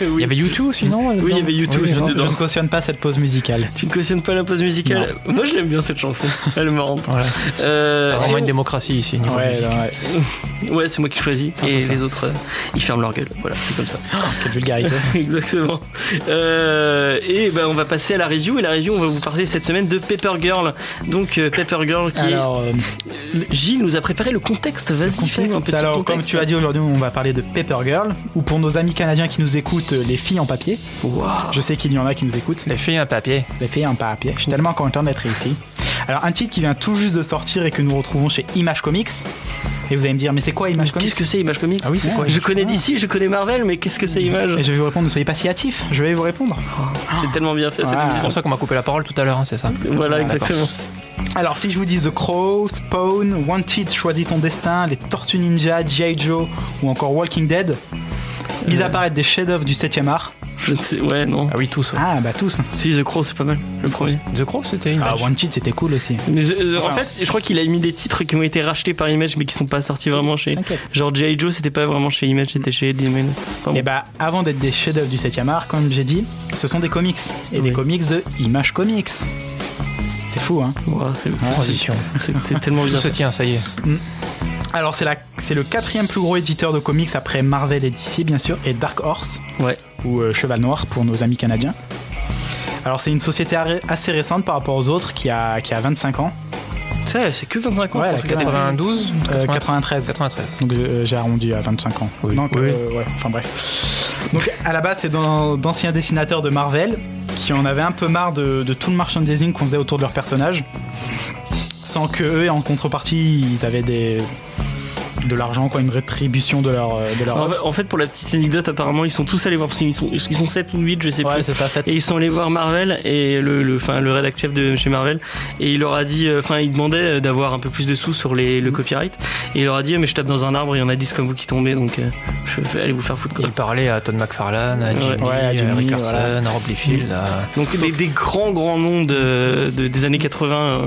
Speaker 2: Il y avait YouTube aussi, non
Speaker 1: il y avait U2 aussi.
Speaker 2: non.
Speaker 3: Je
Speaker 1: dedans.
Speaker 3: ne cautionne pas cette pause musicale.
Speaker 1: Tu ne cautionnes pas la pause musicale Moi, je l'aime bien cette chanson. Elle est marrante.
Speaker 2: Voilà.
Speaker 1: Euh,
Speaker 2: C'est vraiment
Speaker 1: et
Speaker 2: une démocratie ici. niveau
Speaker 3: Ouais,
Speaker 2: musique.
Speaker 3: ouais,
Speaker 1: on- Euh, ouais, c'est moi qui choisis.
Speaker 2: un peu
Speaker 1: Et
Speaker 2: ça.
Speaker 1: les autres, euh, ils ferment leur gueule. Voilà, c'est comme ça.
Speaker 3: quelle vulgarité.
Speaker 1: Exactement. Euh, et ben, on va passer à la review. Et la review, on va vous parler cette semaine de Paper Girl. Donc, euh, Paper Girl qui
Speaker 3: Alors, euh,
Speaker 1: est. Gilles nous a préparé le contexte. Vas-y, fais-nous un
Speaker 3: contexte.
Speaker 1: petit
Speaker 3: Alors,
Speaker 1: contexte.
Speaker 3: comme tu as dit aujourd'hui, on va parler de Paper Girl, ou pour nos amis canadiens qui nous écoutent, euh, les filles en papier.
Speaker 1: Waouh.
Speaker 3: Je sais qu'il y en a qui nous écoutent.
Speaker 2: Les filles à papier.
Speaker 1: Eh.
Speaker 3: Les filles en papier. Je suis tellement content d'être ici. Alors, un titre qui vient tout juste de sortir et que nous retrouvons chez Image Comics. Et vous allez me dire, mais c'est quoi Image Comics
Speaker 1: Qu'est-ce que c'est Image Comics
Speaker 2: Ah oui, c'est quoi
Speaker 1: Je connais d'ici, je connais Marvel, mais qu'est-ce que c'est Image
Speaker 3: Et je vais vous répondre, ne soyez pas si hâtifs. Je vais vous répondre.
Speaker 1: C'est tellement bien fait cette
Speaker 3: Ah.
Speaker 2: C'est
Speaker 1: émission.
Speaker 2: pour ça qu'on m'a coupé la parole tout à l'heure, hein, c'est ça
Speaker 1: Voilà,
Speaker 3: Ah,
Speaker 1: exactement.
Speaker 3: Alors, si je vous dis The Crow, Spawn, Wanted, Choisis ton destin, Les Tortues Ninja, G.I. Joe ou encore Walking Dead,
Speaker 1: Euh.
Speaker 3: ils apparaissent des chefs-d'œuvre du 7 e art.
Speaker 1: Je ne sais. Ouais, non.
Speaker 2: Ah oui, tous. ouais.
Speaker 3: Ah, bah tous.
Speaker 1: Si, The Crow, c'est pas mal. Le premier.
Speaker 2: The Crow, c'était une.
Speaker 3: Ah,
Speaker 2: image.
Speaker 3: Wanted, c'était cool aussi.
Speaker 1: Mais je- je- en
Speaker 3: Enfin-
Speaker 1: fait, je crois qu'il a mis des titres qui ont été rachetés par Image mais qui sont pas sortis vraiment chez.
Speaker 3: T'inquiète.
Speaker 1: Genre G.I. Joe, c'était pas vraiment chez Image, c'était chez Disney. Enfin, bon.
Speaker 3: Et bah, avant d'être des chefs-d'œuvre du 7 e art, comme j'ai dit, ce sont des comics. Et
Speaker 1: Oui.
Speaker 3: des comics de Image Comics. C'est fou, hein.
Speaker 1: Ouah, c'est- c'est-
Speaker 2: Transition.
Speaker 1: c'est c'est tellement
Speaker 2: Tout
Speaker 1: bien.
Speaker 2: se tient, ça y est.
Speaker 3: Alors, c'est la- c'est le quatrième plus gros éditeur de comics après Marvel et DC, bien sûr, et Dark Horse,
Speaker 1: Ouais.
Speaker 3: ou euh, Cheval Noir pour nos amis canadiens. Alors c'est une société arri- assez récente par rapport aux autres qui a, qui a 25 ans, euh,
Speaker 1: Ça, c'est que 25 ans.
Speaker 3: Ouais,
Speaker 1: je
Speaker 3: la
Speaker 1: pense que
Speaker 3: quatre-
Speaker 1: c'était-
Speaker 2: 92
Speaker 3: euh,
Speaker 2: 93.
Speaker 3: 93.
Speaker 2: 93.
Speaker 3: Donc euh, j'ai arrondi à 25 ans.
Speaker 2: Oui.
Speaker 3: Donc,
Speaker 2: Oui.
Speaker 3: euh, ouais, enfin bref. Donc à la base c'est dans- d'anciens dessinateurs de Marvel qui en avaient un peu marre de, de tout le merchandising qu'on faisait autour de leurs personnages, sans que eux en contrepartie ils avaient des de l'argent quoi, une rétribution de leur euh, de leur.
Speaker 1: En fait- En fait, pour la petite anecdote, apparemment, ils sont tous allés voir, parce qu'ils sont, ils sont 7 ou 8, je sais
Speaker 3: ouais
Speaker 1: plus.
Speaker 3: c'est ça. cette-
Speaker 1: Et ils sont allés voir Marvel et le, le, enfin, le rédac chef de chez Marvel et il leur a dit, euh, enfin il demandait euh, d'avoir un peu plus de sous sur les,
Speaker 3: Mm.
Speaker 1: le copyright et il leur a dit euh, mais je tape dans un arbre il y en a 10 comme vous qui tombez donc euh, je vais aller vous faire foutre quoi.
Speaker 2: Il parlait à Todd McFarlane, à
Speaker 1: Ouais.
Speaker 2: Jimmy,
Speaker 3: Ouais, à
Speaker 2: à
Speaker 3: Jimmy,
Speaker 2: Rick
Speaker 3: voilà.
Speaker 2: Larson, à Rob Liefeld, à
Speaker 1: Donc des, des grands grands noms de, de- des années 80, euh,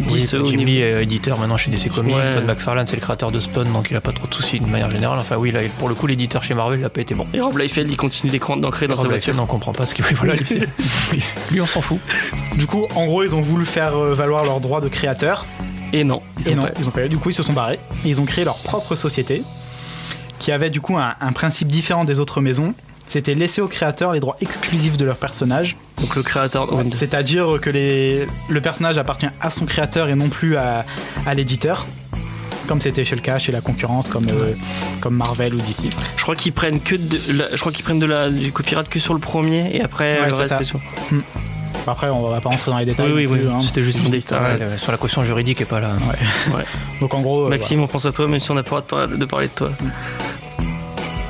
Speaker 1: 10
Speaker 2: Oui,
Speaker 1: au
Speaker 2: Jimmy
Speaker 1: niveau-
Speaker 2: est éditeur maintenant chez DC Comics.
Speaker 1: Ouais.
Speaker 2: Todd McFarlane, c'est le créateur de Spawn, donc il a pas trop de soucis de manière générale. Enfin, oui, là, pour le coup, l'éditeur chez Marvel, il a pas été bon.
Speaker 1: Et Rob Liefeld il continue d'écran- d'ancrer dans
Speaker 2: Rob
Speaker 1: sa voiture.
Speaker 2: Liefeld, on comprend pas ce qu'il oui, voilà, lui, c'est- lui- lui, on s'en fout.
Speaker 3: Du coup en gros ils ont voulu faire euh, valoir leurs droits de créateur
Speaker 1: Et non, ils
Speaker 3: Et
Speaker 1: ont
Speaker 3: non,
Speaker 1: pas-
Speaker 3: ils ont pas eu. Du coup, ils se sont barrés. Et ils ont créé leur propre société qui avait du coup un, un principe différent des autres maisons. C'était laisser aux créateurs les droits exclusifs de leur personnage.
Speaker 1: Donc le créateur oh, de-
Speaker 3: C'est-à-dire que les- le personnage appartient à son créateur et non plus à, à l'éditeur. Comme c'était chez le cas, chez la concurrence, comme, euh, comme Marvel ou DC.
Speaker 1: je crois qu'ils prennent que de la- je crois qu'ils prennent de la du copyright que sur le premier et après
Speaker 3: Ouais,
Speaker 1: le
Speaker 3: c'est
Speaker 1: reste
Speaker 3: ça.
Speaker 1: c'est sûr.
Speaker 3: Après, on va pas rentrer dans les détails.
Speaker 1: Oui oui
Speaker 3: non
Speaker 1: oui,
Speaker 3: plus, hein.
Speaker 1: c'était juste une histoire.
Speaker 2: Ouais, le- sur la caution juridique est pas là.
Speaker 3: Donc en gros, euh,
Speaker 1: Maxime, on pense à toi, même si on n'a pas le droit de parler- de parler de toi.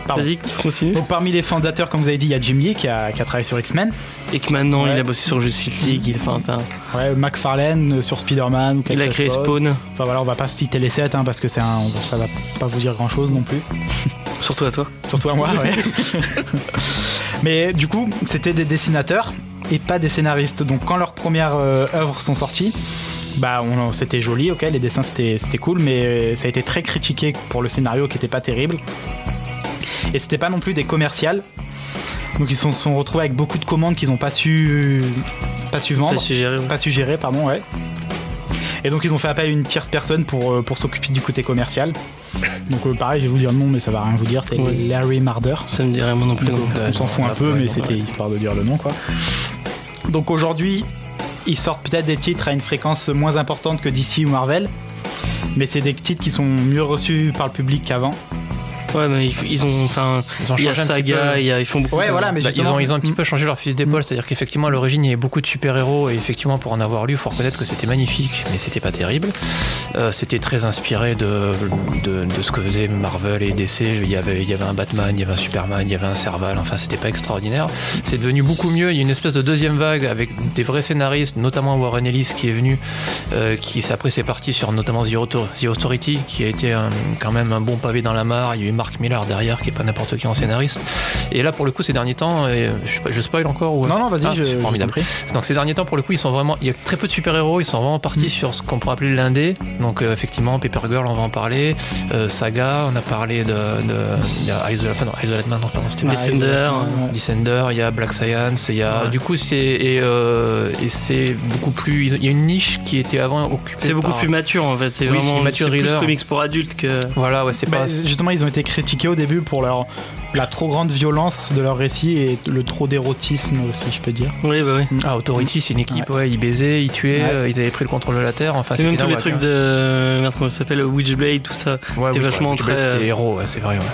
Speaker 3: Pardon.
Speaker 1: Vas-y, continue.
Speaker 3: voilà. Donc parmi les fondateurs, comme vous avez dit, il y a Jim Lee qui a, qui a travaillé sur X-Men.
Speaker 1: Et que maintenant,
Speaker 3: Oh. Ouais.
Speaker 1: il a bossé sur Justice League, il, enfin, ça-
Speaker 3: Ouais, McFarlane euh, sur Spider-Man. ou
Speaker 1: il a
Speaker 3: Captain
Speaker 1: créé
Speaker 3: Spock.
Speaker 1: Spawn,
Speaker 3: Enfin Bah voilà, on va pas citer les 7 hein, parce que c'est un, ça va pas vous dire grand chose non plus.
Speaker 1: surtout à toi.
Speaker 3: Surtout à moi, ouais. Mais du coup, c'était des dessinateurs et pas des scénaristes. Donc quand leurs premières euh, œuvres sont sorties, bah on- c'était joli, ok, les dessins c'était c'était cool, mais euh, ça a été très critiqué pour le scénario qui était pas terrible. Et c'était pas non plus des commerciales. Donc ils se sont, sont retrouvés avec beaucoup de commandes qu'ils ont pas su pas su
Speaker 1: T'as
Speaker 3: vendre
Speaker 1: suggéré. ouais.
Speaker 3: pas suggéré, pardon, ouais. Et donc ils ont fait appel à une tierce personne pour, euh, pour s'occuper du côté commercial. Donc euh, pareil, je vais vous dire le nom, mais ça va rien vous dire. C'est
Speaker 1: Ouais.
Speaker 3: Larry Marder.
Speaker 1: Ça me dirait moi non plus.
Speaker 3: Donc,
Speaker 1: non.
Speaker 3: euh, on s'en fout un peu, mais c'était histoire de dire le nom, quoi. Donc aujourd'hui, ils sortent peut-être des titres à une fréquence moins importante que DC ou Marvel, mais c'est des titres qui sont mieux reçus par le public qu'avant.
Speaker 1: Ouais, mais ils, ils ont. Enfin,
Speaker 2: Ils ont
Speaker 1: il y
Speaker 2: changé
Speaker 1: a
Speaker 2: un petit
Speaker 1: Saga,
Speaker 2: peu.
Speaker 1: il y a- Mm. ils font beaucoup
Speaker 3: Ouais,
Speaker 1: de-
Speaker 3: voilà, mais
Speaker 2: Bah, ils,
Speaker 3: justement-
Speaker 2: ont, ils ont un petit peu changé leur fils d'épaule, c'est-à-dire qu'effectivement à l'origine il y avait beaucoup de super-héros et effectivement pour en avoir lu, il faut reconnaître que c'était magnifique, mais c'était pas terrible. Euh, c'était très inspiré de, de, de ce que faisaient Marvel et DC. Il y, avait, il y avait un Batman, il y avait un Superman, il y avait un Serval, enfin c'était pas extraordinaire. C'est devenu beaucoup mieux. Il y a une espèce de deuxième vague avec des vrais scénaristes, notamment Warren Ellis qui est venu, euh, qui s'est- après s'est parti sur notamment The, Auto- The Authority, qui a été un- quand même un bon pavé dans la mare. Il y a eu Mark Millar derrière, qui est pas n'importe qui en scénariste. Et là, pour le coup, ces derniers temps, euh, je, sais pas, je spoil encore ou...
Speaker 3: Non, non, vas-y,
Speaker 2: Ah,
Speaker 3: je.
Speaker 2: c'est
Speaker 3: je
Speaker 2: formidable.
Speaker 3: t'en prie.
Speaker 2: Donc ces derniers temps, pour le coup, ils sont vraiment. Il y a très peu de super-héros. Ils sont vraiment partis sur ce qu'on pourrait appeler l'indé. Donc euh, effectivement, Paper Girl, on va en parler. Euh, Saga, on a parlé de, de, de Isle of- enfin, non, Isle of Man, non, pardon, c'était
Speaker 3: Ouais,
Speaker 1: Descender,
Speaker 3: exactement, ouais.
Speaker 2: Descender, il y a Black Science, il y a.
Speaker 1: Ouais.
Speaker 2: Du coup, c'est et, euh, et c'est beaucoup plus. Il y a une niche qui était avant occupée.
Speaker 1: C'est beaucoup
Speaker 2: par-
Speaker 1: plus mature en fait. C'est
Speaker 2: Oui,
Speaker 1: vraiment
Speaker 2: c'est mature
Speaker 1: c'est plus
Speaker 2: thriller.
Speaker 1: comics pour adultes que.
Speaker 2: Voilà, ouais, c'est
Speaker 3: Bah,
Speaker 2: pas.
Speaker 3: justement, ils ont été critiqués au début pour leur la trop grande violence de leur récit et le trop d'érotisme aussi, je peux dire.
Speaker 1: Oui, bah oui.
Speaker 2: Ah, Authority, c'est une équipe, ouais. ils baisaient, ils tuaient,
Speaker 3: Ouais.
Speaker 2: euh, ils avaient pris le contrôle de la Terre. Enfin,
Speaker 1: Et
Speaker 2: c'était
Speaker 1: même tous les
Speaker 2: dingue,
Speaker 1: trucs
Speaker 2: ouais.
Speaker 1: de. Merde, comment ça s'appelle Witchblade, tout ça.
Speaker 2: Ouais,
Speaker 1: C'était
Speaker 2: oui,
Speaker 1: vachement
Speaker 2: Black Label,
Speaker 1: très,
Speaker 2: C'était
Speaker 1: euh,
Speaker 2: héros, ouais, c'est vrai. Ouais.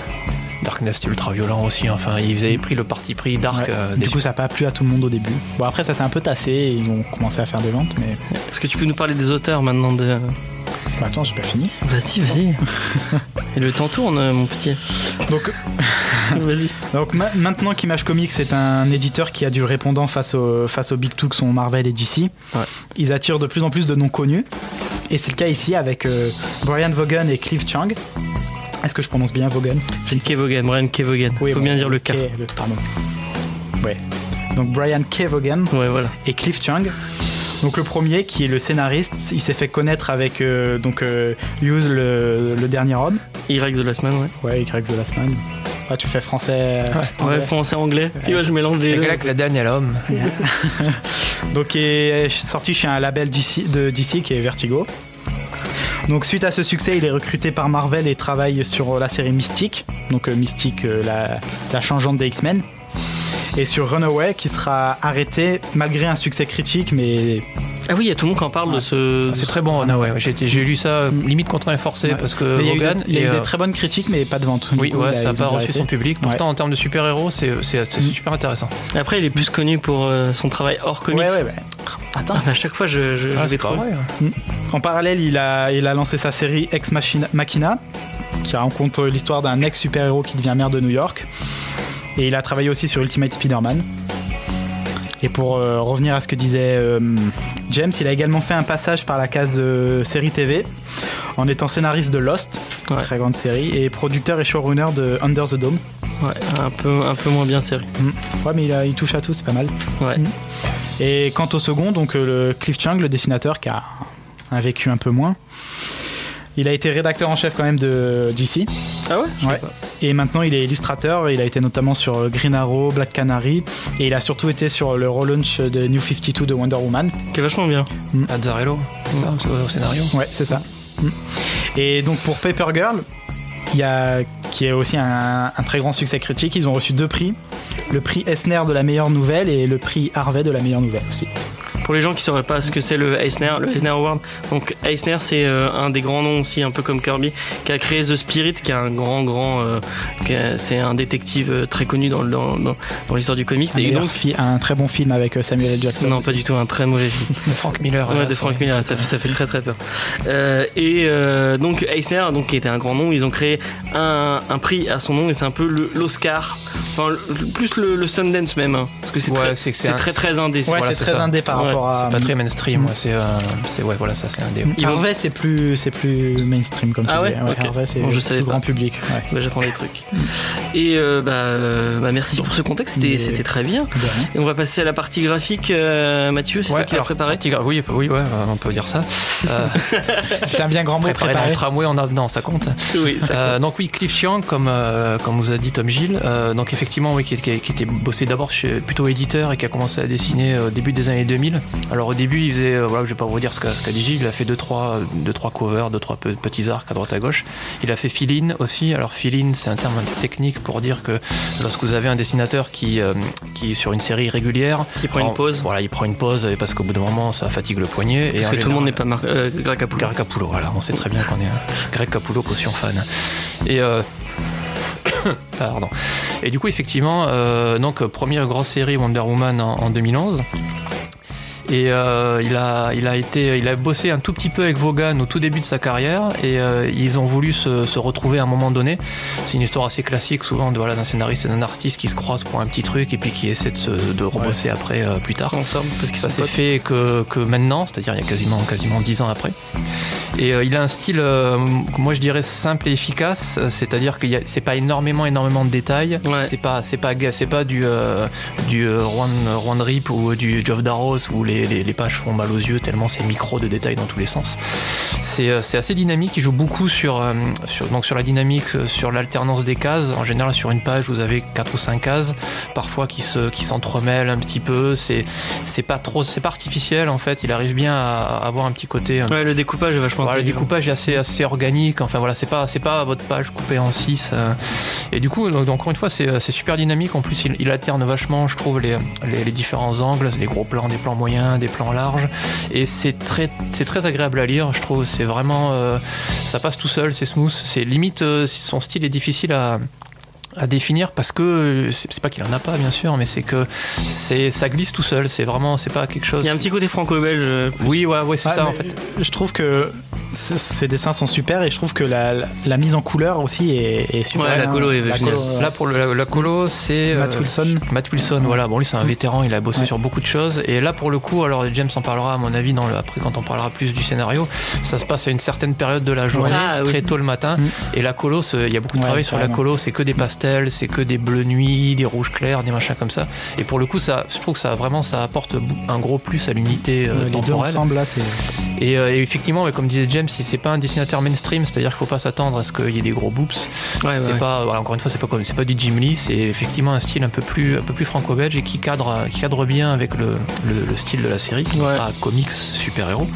Speaker 2: Darkness, c'était ultra violent aussi. Enfin, ils avaient pris le parti pris Dark.
Speaker 3: Ouais.
Speaker 2: euh, des
Speaker 3: du coup, ça n'a pas plu à tout le monde au début. Bon, après, ça s'est un peu tassé et ils ont commencé à faire des ventes, mais
Speaker 1: Est-ce que tu peux nous parler des auteurs maintenant de.
Speaker 3: Bah, attends, j'ai pas fini.
Speaker 1: Vas-y, vas-y. Et le temps tourne, mon petit.
Speaker 3: Donc,
Speaker 1: Vas-y.
Speaker 3: donc ma- maintenant qu'Image Comics est un éditeur qui a du répondant face au, face aux Big Two qui sont Marvel et DC,
Speaker 1: Ouais.
Speaker 3: ils attirent de plus en plus de noms connus. Et c'est le cas ici avec euh, Brian Vaughan et Cliff Chang. Est-ce que je prononce bien Vaughan
Speaker 1: C'est Kevogan, Brian Kevogan. Faut
Speaker 3: bon,
Speaker 1: bien dire le
Speaker 3: K,
Speaker 1: cas.
Speaker 3: le- pardon. Ouais. Donc Brian K. Vaughan
Speaker 1: Ouais, voilà.
Speaker 3: et Cliff Chung. Donc le premier qui est le scénariste, il s'est fait connaître avec euh, donc euh, Hughes le, le dernier homme.
Speaker 1: Y de la semaine, ouais.
Speaker 3: Ouais, Y The Last Man. Ah tu fais français. euh,
Speaker 1: Ouais,
Speaker 3: anglais.
Speaker 1: français, anglais. Tu vois, je mélange les
Speaker 2: Et
Speaker 1: deux.
Speaker 2: là, que la dernière homme.
Speaker 3: Donc il est sorti chez un label DC, de DC qui est Vertigo. Donc suite à ce succès, il est recruté par Marvel et travaille sur la série Mystique, donc euh, Mystique, euh, la, la changeante des X-Men. et sur Runaway qui sera arrêté malgré un succès critique, mais
Speaker 1: Ah oui, il y a tout le monde qui en parle de ce.
Speaker 2: Ah, C'est très bon, Runaway. ouais, J'ai été- j'ai lu ça euh, limite contraint et forcé
Speaker 3: Mm. Ouais.
Speaker 2: parce que
Speaker 3: mais il y a eu,
Speaker 2: Vaughan
Speaker 3: des, il y a eu
Speaker 2: et,
Speaker 3: des
Speaker 2: euh,
Speaker 3: très bonnes critiques, mais pas de vente. Du
Speaker 2: Oui,
Speaker 3: coup,
Speaker 2: ouais,
Speaker 3: il a-
Speaker 2: ça n'a
Speaker 3: ils
Speaker 2: pas
Speaker 3: ont
Speaker 2: reçu
Speaker 3: arrêté.
Speaker 2: son public. Pourtant,
Speaker 3: Ouais. Mm.
Speaker 2: en termes de super-héros, c'est euh, c'est- c'est super intéressant.
Speaker 1: Après, il est plus connu pour euh, son travail hors comics.
Speaker 3: Ouais, ouais, ouais.
Speaker 1: Ah, mais à chaque fois, je, je, je
Speaker 2: Ah,
Speaker 1: vais
Speaker 2: c'est
Speaker 1: trop.
Speaker 2: pas vrai.
Speaker 3: En parallèle, il a, il a lancé sa série Ex Machina- Machina, qui raconte euh, l'histoire d'un ex-super-héros qui devient maire de New York. Et il a travaillé aussi sur Ultimate Spider-Man. Et pour euh, revenir à ce que disait euh, James, il a également fait un passage par la case euh, série TV en étant scénariste de Lost,
Speaker 1: Ouais.
Speaker 3: très grande série, et producteur et showrunner de Under the Dome.
Speaker 1: Ouais, un peu, un peu moins bien serré.
Speaker 3: Ouais, mais il, a- il touche à tout, c'est pas mal.
Speaker 1: Ouais.
Speaker 3: Mm. Et quant au second, donc euh, le Cliff Chung, le dessinateur qui a un vécu un peu moins, il a été rédacteur en chef quand même de DC.
Speaker 1: Ah ouais
Speaker 3: Ouais. Et maintenant, il est illustrateur. Il a été notamment sur euh, Green Arrow, Black Canary, et il a surtout été sur le relaunch de New 52 de Wonder Woman.
Speaker 1: Qui est vachement bien.
Speaker 2: Azzarello, c'est ça, c'est au scénario.
Speaker 3: Ouais, c'est ça. Mm. Et donc pour Paper Girl, il y a, qui est aussi un, un très grand succès critique, ils ont reçu deux prix. Le prix Esner de la meilleure nouvelle et le prix Harvey de la meilleure nouvelle aussi.
Speaker 1: Pour les gens qui ne sauraient pas ce que c'est le Eisner, le Eisner Award, donc Eisner c'est euh, un des grands noms aussi, un peu comme Kirby, qui a créé The Spirit, qui est un grand, grand, euh, qui est- c'est un détective euh, très connu dans, le- dans, dans, dans l'histoire du comics.
Speaker 3: Un,
Speaker 1: Et
Speaker 3: meilleur
Speaker 1: donc,
Speaker 3: fi- un très bon film avec euh, Samuel L. Jackson.
Speaker 1: non, pas du tout, un très mauvais film.
Speaker 2: De Frank Miller.
Speaker 1: Ouais,
Speaker 2: là,
Speaker 1: de
Speaker 2: c'est-
Speaker 1: Frank Miller, ça, ça fait très très peur. Euh, et euh, donc Eisner, donc, qui était un grand nom, ils ont créé un, un prix à son nom et c'est un peu le- l'Oscar, enfin le- plus le, le Sundance même, hein, parce que c'est
Speaker 2: Ouais,
Speaker 1: très,
Speaker 2: c'est que c'est
Speaker 1: c'est
Speaker 2: un- Ah, mm.
Speaker 1: très très indé.
Speaker 3: Ouais,
Speaker 2: Voilà,
Speaker 3: c'est
Speaker 2: c'est
Speaker 3: très
Speaker 2: ça.
Speaker 3: indé par
Speaker 1: Ouais,
Speaker 3: rapport à.
Speaker 2: C'est pas très mainstream, ouais, c'est. euh, c'est- ouais, voilà, ça, c'est un dé.
Speaker 1: Ils vont-
Speaker 3: Harvey, c'est plus, c'est plus mainstream comme
Speaker 1: Ah
Speaker 3: tu
Speaker 1: ouais
Speaker 3: dis.
Speaker 1: Ok.
Speaker 3: Harvey, c'est
Speaker 1: Bon, je
Speaker 3: plus
Speaker 1: savais pas.
Speaker 3: grand public. ouais.
Speaker 1: Bah, J'apprends des trucs. Et euh, bah, euh, bah, merci pour ce contexte, c'était
Speaker 3: Mais-
Speaker 1: c'était très bien.
Speaker 3: De rien.
Speaker 1: Et on va passer à la partie graphique, euh, Mathieu, c'est
Speaker 2: Ouais,
Speaker 1: toi qui l'as
Speaker 2: alors,
Speaker 1: préparé.
Speaker 2: partie gra- Oui, oui, ouais, euh, on peut dire ça. Euh,
Speaker 3: C'est un bien grand mot
Speaker 2: préparé dans
Speaker 3: préparé.
Speaker 2: le tramway en avenant, ça compte.
Speaker 1: Oui, ça-
Speaker 2: Euh, donc oui, Cliff Chiang, comme, euh, comme vous a dit Tom Gilles, euh, donc effectivement, oui, qui, qui- qui était bossé d'abord chez plutôt éditeur et qui a commencé à dessiner euh, au début des années 2000. Alors au début, il faisait, euh, voilà, je vais pas vous dire ce qu'a ce qu'a dit Gilles, il a fait 2-3 deux, trois, euh, deux, trois covers, 2-3 petits arcs à droite à gauche. Il a fait fill-in aussi. Alors fill-in, c'est un terme technique pour dire que lorsque vous avez un dessinateur qui, euh, qui est sur une série régulière,
Speaker 1: Qui prend une
Speaker 2: alors,
Speaker 1: pause.
Speaker 2: Voilà, il prend une pause euh, parce qu'au bout d'un moment, ça fatigue le poignet. et
Speaker 1: parce
Speaker 2: en
Speaker 1: que tout le monde
Speaker 2: général-
Speaker 1: n'est pas Mar- euh, Greg Capullo.
Speaker 2: Greg Capullo, voilà, on sait très bien qu'on est un Greg Capullo potion fan. Et euh, pardon. Et du coup, effectivement, euh, donc première grosse série Wonder Woman en, en 2011. Et euh, il, a, il, a été, il a bossé un tout petit peu avec Vaughan au tout début de sa carrière et euh, ils ont voulu se, se retrouver à un moment donné. C'est une histoire assez classique souvent de, voilà, d'un scénariste et d'un artiste qui se croisent pour un petit truc et puis qui essaient de, se, de rebosser après euh, plus tard.
Speaker 1: Ensemble, parce qu'ils
Speaker 2: Ça
Speaker 1: sont
Speaker 2: s'est
Speaker 1: potes.
Speaker 2: fait que, que maintenant, c'est-à-dire il y a quasiment, quasiment 10 ans après. Et euh, il a un style, euh, que moi je dirais simple et efficace, euh, c'est-à-dire que c'est pas énormément, énormément de détails.
Speaker 1: Ouais.
Speaker 2: C'est pas, c'est pas, ga- c'est pas du, euh, du euh, Juan, Juan Rip ou du Geoff Darros où les, les- les pages font mal aux yeux tellement c'est micro de détails dans tous les sens. C'est euh, c'est assez dynamique, il joue beaucoup sur, euh, sur, donc sur la dynamique, euh, sur l'alternance des cases. En général, sur une page, vous avez 4 ou 5 cases, parfois qui se- qui s'entremêlent un petit peu. C'est c'est pas trop, c'est pas artificiel en fait. Il arrive bien à, à avoir un petit côté. un
Speaker 1: Ouais, le découpage est vachement
Speaker 2: voilà, le
Speaker 1: intelligent.
Speaker 2: découpage est assez, assez organique. Enfin voilà, c'est pas, c'est pas votre page coupée en 6. Et du coup, donc, encore une fois, c'est, euh, c'est super dynamique. En plus, il, il alterne vachement, je trouve, les, les, les différents angles, les gros plans, des plans moyens, des plans larges. Et c'est très, c'est très agréable à lire, je trouve. C'est vraiment, euh, ça passe tout seul, c'est smooth. C'est limite, euh, son style est difficile à à définir parce que euh, c'est c'est pas qu'il en a pas bien sûr mais c'est que c'est ça glisse tout seul c'est vraiment c'est pas quelque
Speaker 1: Il
Speaker 2: chose
Speaker 1: y a un Ah, petit côté franco-belge. euh,
Speaker 2: oui ouais ouais c'est
Speaker 3: Ouais,
Speaker 2: ça
Speaker 3: mais
Speaker 2: en fait
Speaker 3: Je trouve que c- ces dessins sont super et je trouve que la, la- la mise en couleur aussi est, est super. hein.
Speaker 1: Ouais, la colo est
Speaker 3: La
Speaker 1: géniale.
Speaker 3: colo,
Speaker 2: Là pour le, la, la colo, c'est euh,
Speaker 3: Matt Wilson.
Speaker 2: Matt Wilson, voilà. Bon, lui c'est un vétéran, il a bossé
Speaker 3: Ouais.
Speaker 2: sur beaucoup de choses. Et là pour le coup, alors James en parlera à mon avis dans le après quand on parlera plus du scénario. Ça se passe à une certaine période de la journée,
Speaker 1: Ah, oui.
Speaker 2: très tôt le matin.
Speaker 3: Mm.
Speaker 2: Et la colo, ce- il y a beaucoup de
Speaker 3: Ouais,
Speaker 2: travail sur la
Speaker 3: carrément.
Speaker 2: colo. C'est que des pastels, c'est que des bleus nuits, des rouges clairs, des machins comme ça. Et pour le coup, ça, je trouve que ça vraiment ça apporte bou- un gros plus à l'unité euh,
Speaker 3: euh, les deux
Speaker 2: temporelle.
Speaker 3: ensemble là, c'est.
Speaker 2: Et, euh, et effectivement, ouais, comme disait James, il- c'est pas un dessinateur mainstream, c'est-à-dire qu'il faut pas s'attendre à ce qu'il y ait des gros boobs
Speaker 1: Ouais,
Speaker 2: c'est
Speaker 1: ouais.
Speaker 2: pas voilà, encore une fois c'est pas comme c'est pas du Jim Lee c'est effectivement un style un peu plus un peu plus franco-belge et qui cadre euh, qui cadre bien avec le, le- le style de la série
Speaker 1: Ouais.
Speaker 2: pas comics super héros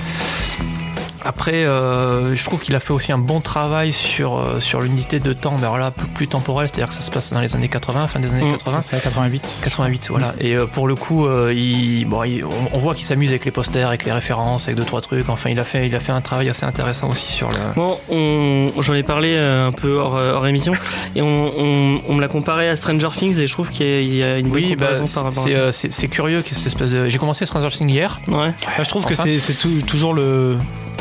Speaker 2: Après, euh, je trouve qu'il a fait aussi un bon travail sur, euh, sur l'unité de temps, mais alors là, plus- plus temporelle, c'est-à-dire que ça se passe dans les années 80, fin des années
Speaker 1: Mm.
Speaker 3: Mmh,
Speaker 2: 80.
Speaker 3: C'est à 88.
Speaker 2: 88, voilà. Et euh, pour le coup, euh, il, bon, il- on, on voit qu'il s'amuse avec les posters, avec les références, avec deux trois trucs. Enfin, il a fait, il a fait un travail assez intéressant aussi sur le.
Speaker 1: Bon, on- j'en ai parlé euh, un peu hors, euh, hors émission et on, on- on me l'a comparé à Stranger Things et je trouve qu'il y a- il y a une bonne
Speaker 2: Oui, bah,
Speaker 1: comparaison
Speaker 2: c'est
Speaker 1: par rapport à
Speaker 2: c'est,
Speaker 1: ça.
Speaker 2: euh, c'est- c'est curieux que cette espèce de. J'ai commencé Stranger Things hier.
Speaker 1: Ouais.
Speaker 3: Ah, je trouve que
Speaker 2: Enfin.
Speaker 3: c'est- c'est tout- toujours le.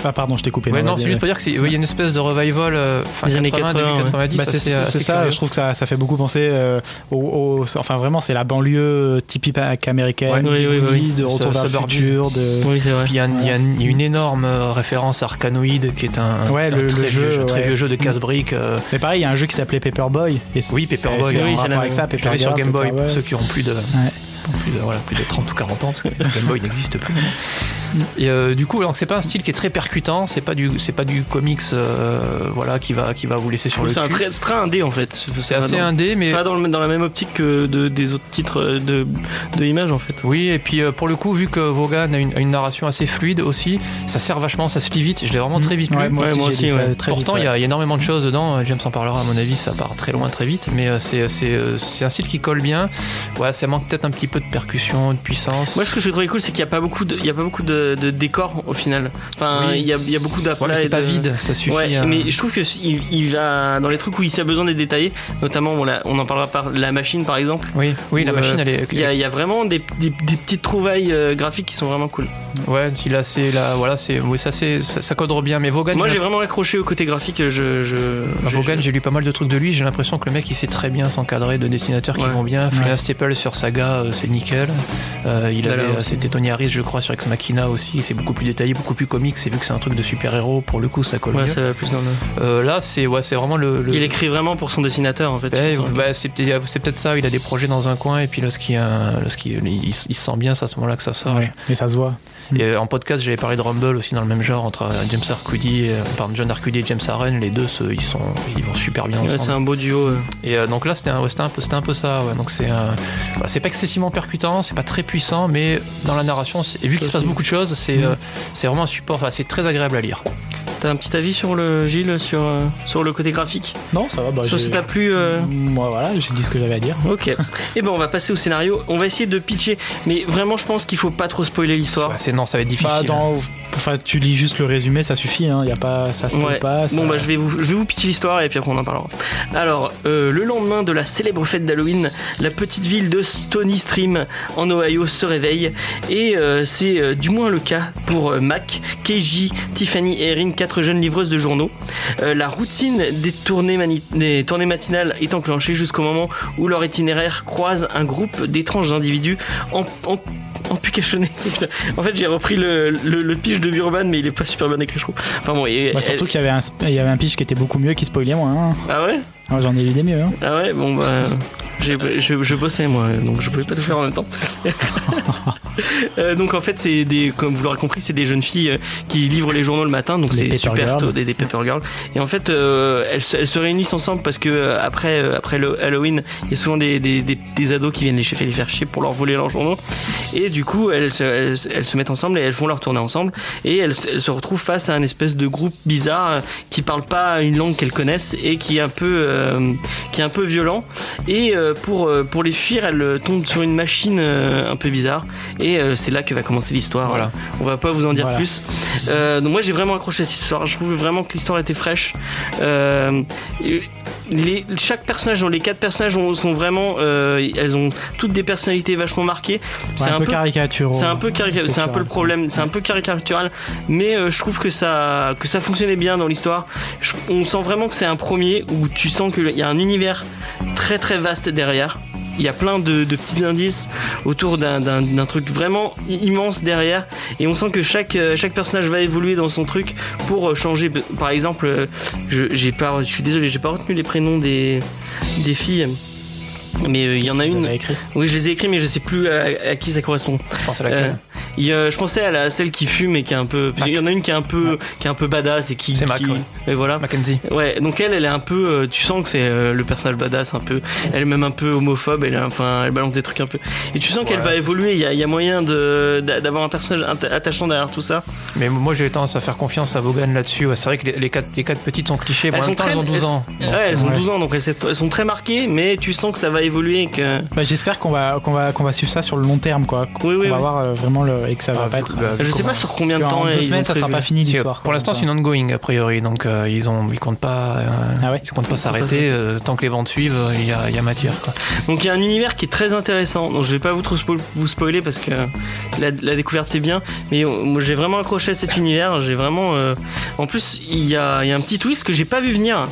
Speaker 3: Ah, pardon, je t'ai coupé.
Speaker 2: Ouais, non,
Speaker 3: vas-y,
Speaker 2: c'est juste
Speaker 3: ouais.
Speaker 2: pour dire que c'est- oui, il y a une espèce de revival. euh, fin
Speaker 1: Des années
Speaker 2: 80, début
Speaker 1: 80, ouais.
Speaker 2: 90,
Speaker 3: Bah, c'est
Speaker 2: assez-
Speaker 3: c'est
Speaker 2: euh, assez
Speaker 3: ça,
Speaker 2: curieux.
Speaker 3: je trouve que ça, ça fait beaucoup penser euh, au, au- Enfin, vraiment, c'est la banlieue euh, typique américaine,
Speaker 1: Ouais,
Speaker 3: des
Speaker 1: oui, oui, oui.
Speaker 3: Goonies, de Retour vers le
Speaker 2: Suburbies.
Speaker 3: futur, de.
Speaker 1: Oui, c'est vrai.
Speaker 2: Puis il y, a un- il y a une- il y a une énorme euh, référence à Arcanoid qui est un,
Speaker 3: Ouais,
Speaker 2: un
Speaker 3: le-
Speaker 2: très,
Speaker 3: le
Speaker 2: vieux,
Speaker 3: jeu,
Speaker 2: jeu- très
Speaker 3: ouais.
Speaker 2: vieux jeu de casse-briques euh,
Speaker 3: Mais pareil, il y a un jeu qui s'appelait Paperboy. Et
Speaker 2: Oui,
Speaker 3: c'est-
Speaker 2: Paperboy,
Speaker 3: c'est
Speaker 1: oui,
Speaker 3: en
Speaker 1: c'est
Speaker 3: rapport
Speaker 1: la-
Speaker 3: avec ça,
Speaker 2: j'avais
Speaker 3: Paperboy.
Speaker 2: sur Game Boy
Speaker 3: Paperboy.
Speaker 2: pour ceux qui ont plus de, plus de, voilà, plus de 30 ou 40 ans parce que Game Boy n'existe plus. maintenant. Et euh, du coup, alors c'est pas un style qui est très percutant, c'est pas du c'est pas du comics euh, voilà qui va qui va vous laisser sur le
Speaker 1: C'est un
Speaker 2: cul.
Speaker 1: très, c'est très indé en fait.
Speaker 2: C'est assez indé mais
Speaker 1: Ça va dans, le- dans la même optique que de- des autres titres euh, de, de images en fait.
Speaker 2: Oui, et puis euh, pour le coup, vu que Vaughan a une, a une narration assez fluide aussi, ça sert vachement, ça se lit vite. Je l'ai vraiment très vite lu.
Speaker 3: Mmh. Ouais, moi
Speaker 1: Ouais,
Speaker 3: aussi,
Speaker 1: moi
Speaker 3: j'ai
Speaker 1: aussi,
Speaker 3: lu ça
Speaker 1: ouais.
Speaker 3: très vite,
Speaker 2: Pourtant, il
Speaker 3: ouais.
Speaker 2: y, a- il y a énormément de choses dedans. Euh, James en parlera, à mon avis, ça part très loin très vite. Mais euh, c'est c'est, euh, c'est un style qui colle bien. Ouais, ça manque peut-être un petit peu de percussion, de puissance.
Speaker 1: Moi, ce que je trouvais cool, c'est qu'il n'y a pas beaucoup de, il y a pas beaucoup de, de décors au final. Enfin,
Speaker 2: Oui.
Speaker 1: il y, a, il y a beaucoup
Speaker 2: Ouais,
Speaker 1: d'aplats.
Speaker 2: mais
Speaker 1: et
Speaker 2: c'est pas
Speaker 1: de-
Speaker 2: vide, ça suffit. hein.
Speaker 1: Ouais,
Speaker 2: à-
Speaker 1: mais je trouve que s- il, il va dans les trucs où il s'est besoin d'être détaillé, notamment on, l'a- on en parlera par la machine par exemple.
Speaker 2: Oui, oui, la
Speaker 1: Ou,
Speaker 2: machine,
Speaker 1: euh,
Speaker 2: elle est.
Speaker 1: Il y a, il y a vraiment des, des- des petites trouvailles euh, graphiques qui sont vraiment cool.
Speaker 2: Ouais, il a, c'est là, voilà, c'est, oui, ça, c'est, ça, ça codre bien. Mais Vaughan,
Speaker 1: Moi
Speaker 2: j'ai-
Speaker 1: j'ai vraiment accroché au côté graphique. Je, je,
Speaker 2: Bah,
Speaker 1: j'ai-
Speaker 2: Vaughan, j'ai lu pas mal de trucs de lui. J'ai l'impression que le mec, il sait très bien s'encadrer de dessinateurs qui
Speaker 1: Ouais.
Speaker 2: vont bien.
Speaker 3: Ouais.
Speaker 2: Fiona Staples sur Saga, euh, c'est nickel. Euh, il
Speaker 1: Dalla
Speaker 2: avait,
Speaker 1: aussi.
Speaker 2: c'était Tony Harris, je crois, sur Ex Machina aussi. C'est beaucoup plus détaillé, beaucoup plus comique. C'est vu que c'est un truc de super-héros. Pour le coup, ça colle
Speaker 1: Ouais,
Speaker 2: mieux.
Speaker 1: ça va plus dans le-
Speaker 2: Euh, là, c'est, ouais, c'est vraiment le. le-
Speaker 1: Il écrit vraiment pour son dessinateur en fait.
Speaker 2: Ouais,
Speaker 1: il me semble.
Speaker 2: bah, c'est, peut-être, c'est peut-être ça. Il a des projets dans un coin et puis lorsqu'il, y a un- lorsqu'il il, il se sent bien, c'est à ce moment-là que ça sort.
Speaker 3: Ouais, mais ça se voit.
Speaker 2: Et euh, en podcast, j'avais parlé de Rumble aussi dans le même genre entre euh, James Arcudi, et, euh, pardon, John Arcudi et James Aren. Les deux, se- ils sont, ils vont super bien
Speaker 1: Ouais,
Speaker 2: ensemble.
Speaker 1: c'est un beau duo. euh.
Speaker 2: Et euh, donc là, c'était un, ouais, c'était un, peu- c'était un peu ça. ouais. Donc c'est un- voilà, c'est pas excessivement percutant, c'est pas très puissant, mais dans la narration, c'est- et vu qu'il se passe beaucoup de choses,
Speaker 3: Mm.
Speaker 2: c'est euh, c'est vraiment un support. Enfin, c'est très agréable à lire.
Speaker 1: T'as un petit avis sur le Gilles sur euh, sur le côté graphique.
Speaker 3: Non, ça va. Bah,
Speaker 1: Sur
Speaker 3: j'ai- Mm,
Speaker 1: si t'as plu. euh,
Speaker 3: Moi, voilà, j'ai dit ce que j'avais à dire.
Speaker 1: Ok. Et ben on va passer au scénario. On va essayer de pitcher, mais vraiment je pense qu'il faut pas trop spoiler l'histoire.
Speaker 2: C'est- c'est- non, ça va être difficile.
Speaker 3: Bah, dans- Enfin, tu lis juste le résumé, ça suffit. Hein. Y a pas, ça se peut
Speaker 1: Ouais.
Speaker 3: pas. ça-
Speaker 1: Bon bah je vais vous, je vais vous pitcher l'histoire et puis après on en parlera. Alors euh, le lendemain de la célèbre fête d'Halloween, la petite ville de Stony Stream en Ohio se réveille et euh, c'est euh, du moins le cas pour euh, Mac, Keiji, Tiffany et Erin, quatre jeunes livreuses de journaux. Euh, la routine des tournées, mani- des tournées matinales est enclenchée jusqu'au moment où leur itinéraire croise un groupe d'étranges individus en, en empucachonnés. Putain. en fait, j'ai repris le, le, le pitch de Burban, mais il est pas super bien écrit, je trouve. Enfin bon, et-
Speaker 3: Bah,
Speaker 1: elle-
Speaker 3: surtout qu'il y avait un, il y avait un pitch qui était beaucoup mieux, qui spoilait moins. hein.
Speaker 1: ah ouais
Speaker 3: Ah, J'en ai lu des mieux. hein.
Speaker 1: Ah ouais Bon bah. j'ai- Je, je bossais moi, donc je pouvais pas tout faire en même temps. Euh, donc en fait, c'est des, comme vous l'aurez compris, c'est des jeunes filles euh, qui livrent les journaux le matin, donc
Speaker 3: Des
Speaker 1: c'est
Speaker 3: paper
Speaker 1: super
Speaker 3: girls.
Speaker 1: tôt, des, des paper girls. Et en fait, euh, elles, se- elles se réunissent ensemble parce que euh, après, euh, après le Halloween, il y a souvent des, des, des- des ados qui viennent les chefs et les faire chier pour leur voler leurs journaux. Et du coup, elles, se- elles, elles se mettent ensemble et elles font leur tournée ensemble. Et elles, se- elles se retrouvent face à un espèce de groupe bizarre euh, qui parle pas une langue qu'elles connaissent et qui est un peu, euh, qui est un peu violent. Et euh, pour, euh, pour les fuir, elles euh, tombent sur une machine euh, un peu bizarre. Et euh, c'est là que va commencer l'histoire.
Speaker 2: Voilà.
Speaker 1: On va pas vous en dire
Speaker 3: Voilà.
Speaker 1: plus. Euh, donc moi j'ai vraiment accroché à cette histoire. Je trouvais vraiment que l'histoire était fraîche. Euh, et les, chaque personnage, dans les quatre personnages ont- sont vraiment, euh, elles ont toutes des personnalités vachement marquées.
Speaker 3: Ouais, un, peu caricatural.
Speaker 1: C'est un peu carica- c'est un peu le problème, c'est un peu caricatural, mais euh, je trouve que ça que ça fonctionnait bien dans l'histoire. Je- On sent vraiment que c'est un premier où tu sens qu'il y a un univers très très vaste derrière. Il y a plein de, de petits indices autour d'un- d'un d'un truc vraiment i- immense derrière, et on sent que chaque euh, chaque personnage va évoluer dans son truc pour euh, changer. Par exemple, euh, je j'ai pas, je suis désolé, j'ai pas retenu les prénoms des des filles. Mais euh, il y en a
Speaker 3: Vous
Speaker 1: une.
Speaker 3: avez écrit.
Speaker 1: Oui, je les ai écrits, mais je sais plus à- à qui ça correspond.
Speaker 2: Je pense à laquelle.
Speaker 1: Euh, Il y a- je pensais à la, celle qui fume et qui est un peu. Il y en a une qui est un peu, qui est un peu badass et qui.
Speaker 2: C'est Mac,
Speaker 1: qui-
Speaker 2: ouais.
Speaker 1: Et voilà.
Speaker 2: Mackenzie.
Speaker 1: Ouais, donc elle, elle est un peu. euh, tu sens que c'est euh, le personnage badass, un peu. Elle est même un peu homophobe, elle, est- enfin, elle balance des trucs un peu. Et tu sens qu'elle
Speaker 2: Ouais.
Speaker 1: va évoluer, il y a, il y a moyen de- d'a- d'avoir un personnage atta- attachant derrière tout ça.
Speaker 2: Mais moi j'ai tendance à faire confiance à Vaughan là-dessus. Ouais, c'est vrai que les, les quatre, les quatre petites sont clichés. Mais en même temps, elles ont 12 ans.
Speaker 1: elles- ouais, elles ont
Speaker 3: Ouais.
Speaker 1: 12 ans, donc elles, elles sont très marquées, mais tu sens que ça va évoluer. et Que...
Speaker 3: Bah, J'espère qu'on va, qu'on va, qu'on va suivre ça sur le long terme, quoi. Qu'on
Speaker 1: Oui, oui,
Speaker 3: va
Speaker 1: oui.
Speaker 3: voir euh, vraiment le, et que ça va
Speaker 2: Ah,
Speaker 3: pas être. euh,
Speaker 2: bah,
Speaker 1: Je sais
Speaker 2: comment-
Speaker 1: pas sur combien de temps.
Speaker 3: En
Speaker 1: ils
Speaker 3: deux
Speaker 1: ont
Speaker 3: semaines, ça sera
Speaker 1: prévu.
Speaker 3: pas fini
Speaker 2: Si,
Speaker 3: l'histoire.
Speaker 2: Pour l'instant, c'est une ongoing a priori, donc euh, ils ont, ils comptent pas, euh,
Speaker 3: Ah ouais
Speaker 2: ils comptent pas s'arrêter euh, tant que les ventes suivent. euh, Il y, a, il y a matière. Quoi.
Speaker 1: Donc il y a un univers qui est très intéressant. Donc je vais pas vous trop spo- vous spoiler parce que la, la découverte c'est bien, mais euh, moi j'ai vraiment accroché à cet univers. J'ai vraiment. euh, En plus il y a, il y a un petit twist que j'ai pas vu venir.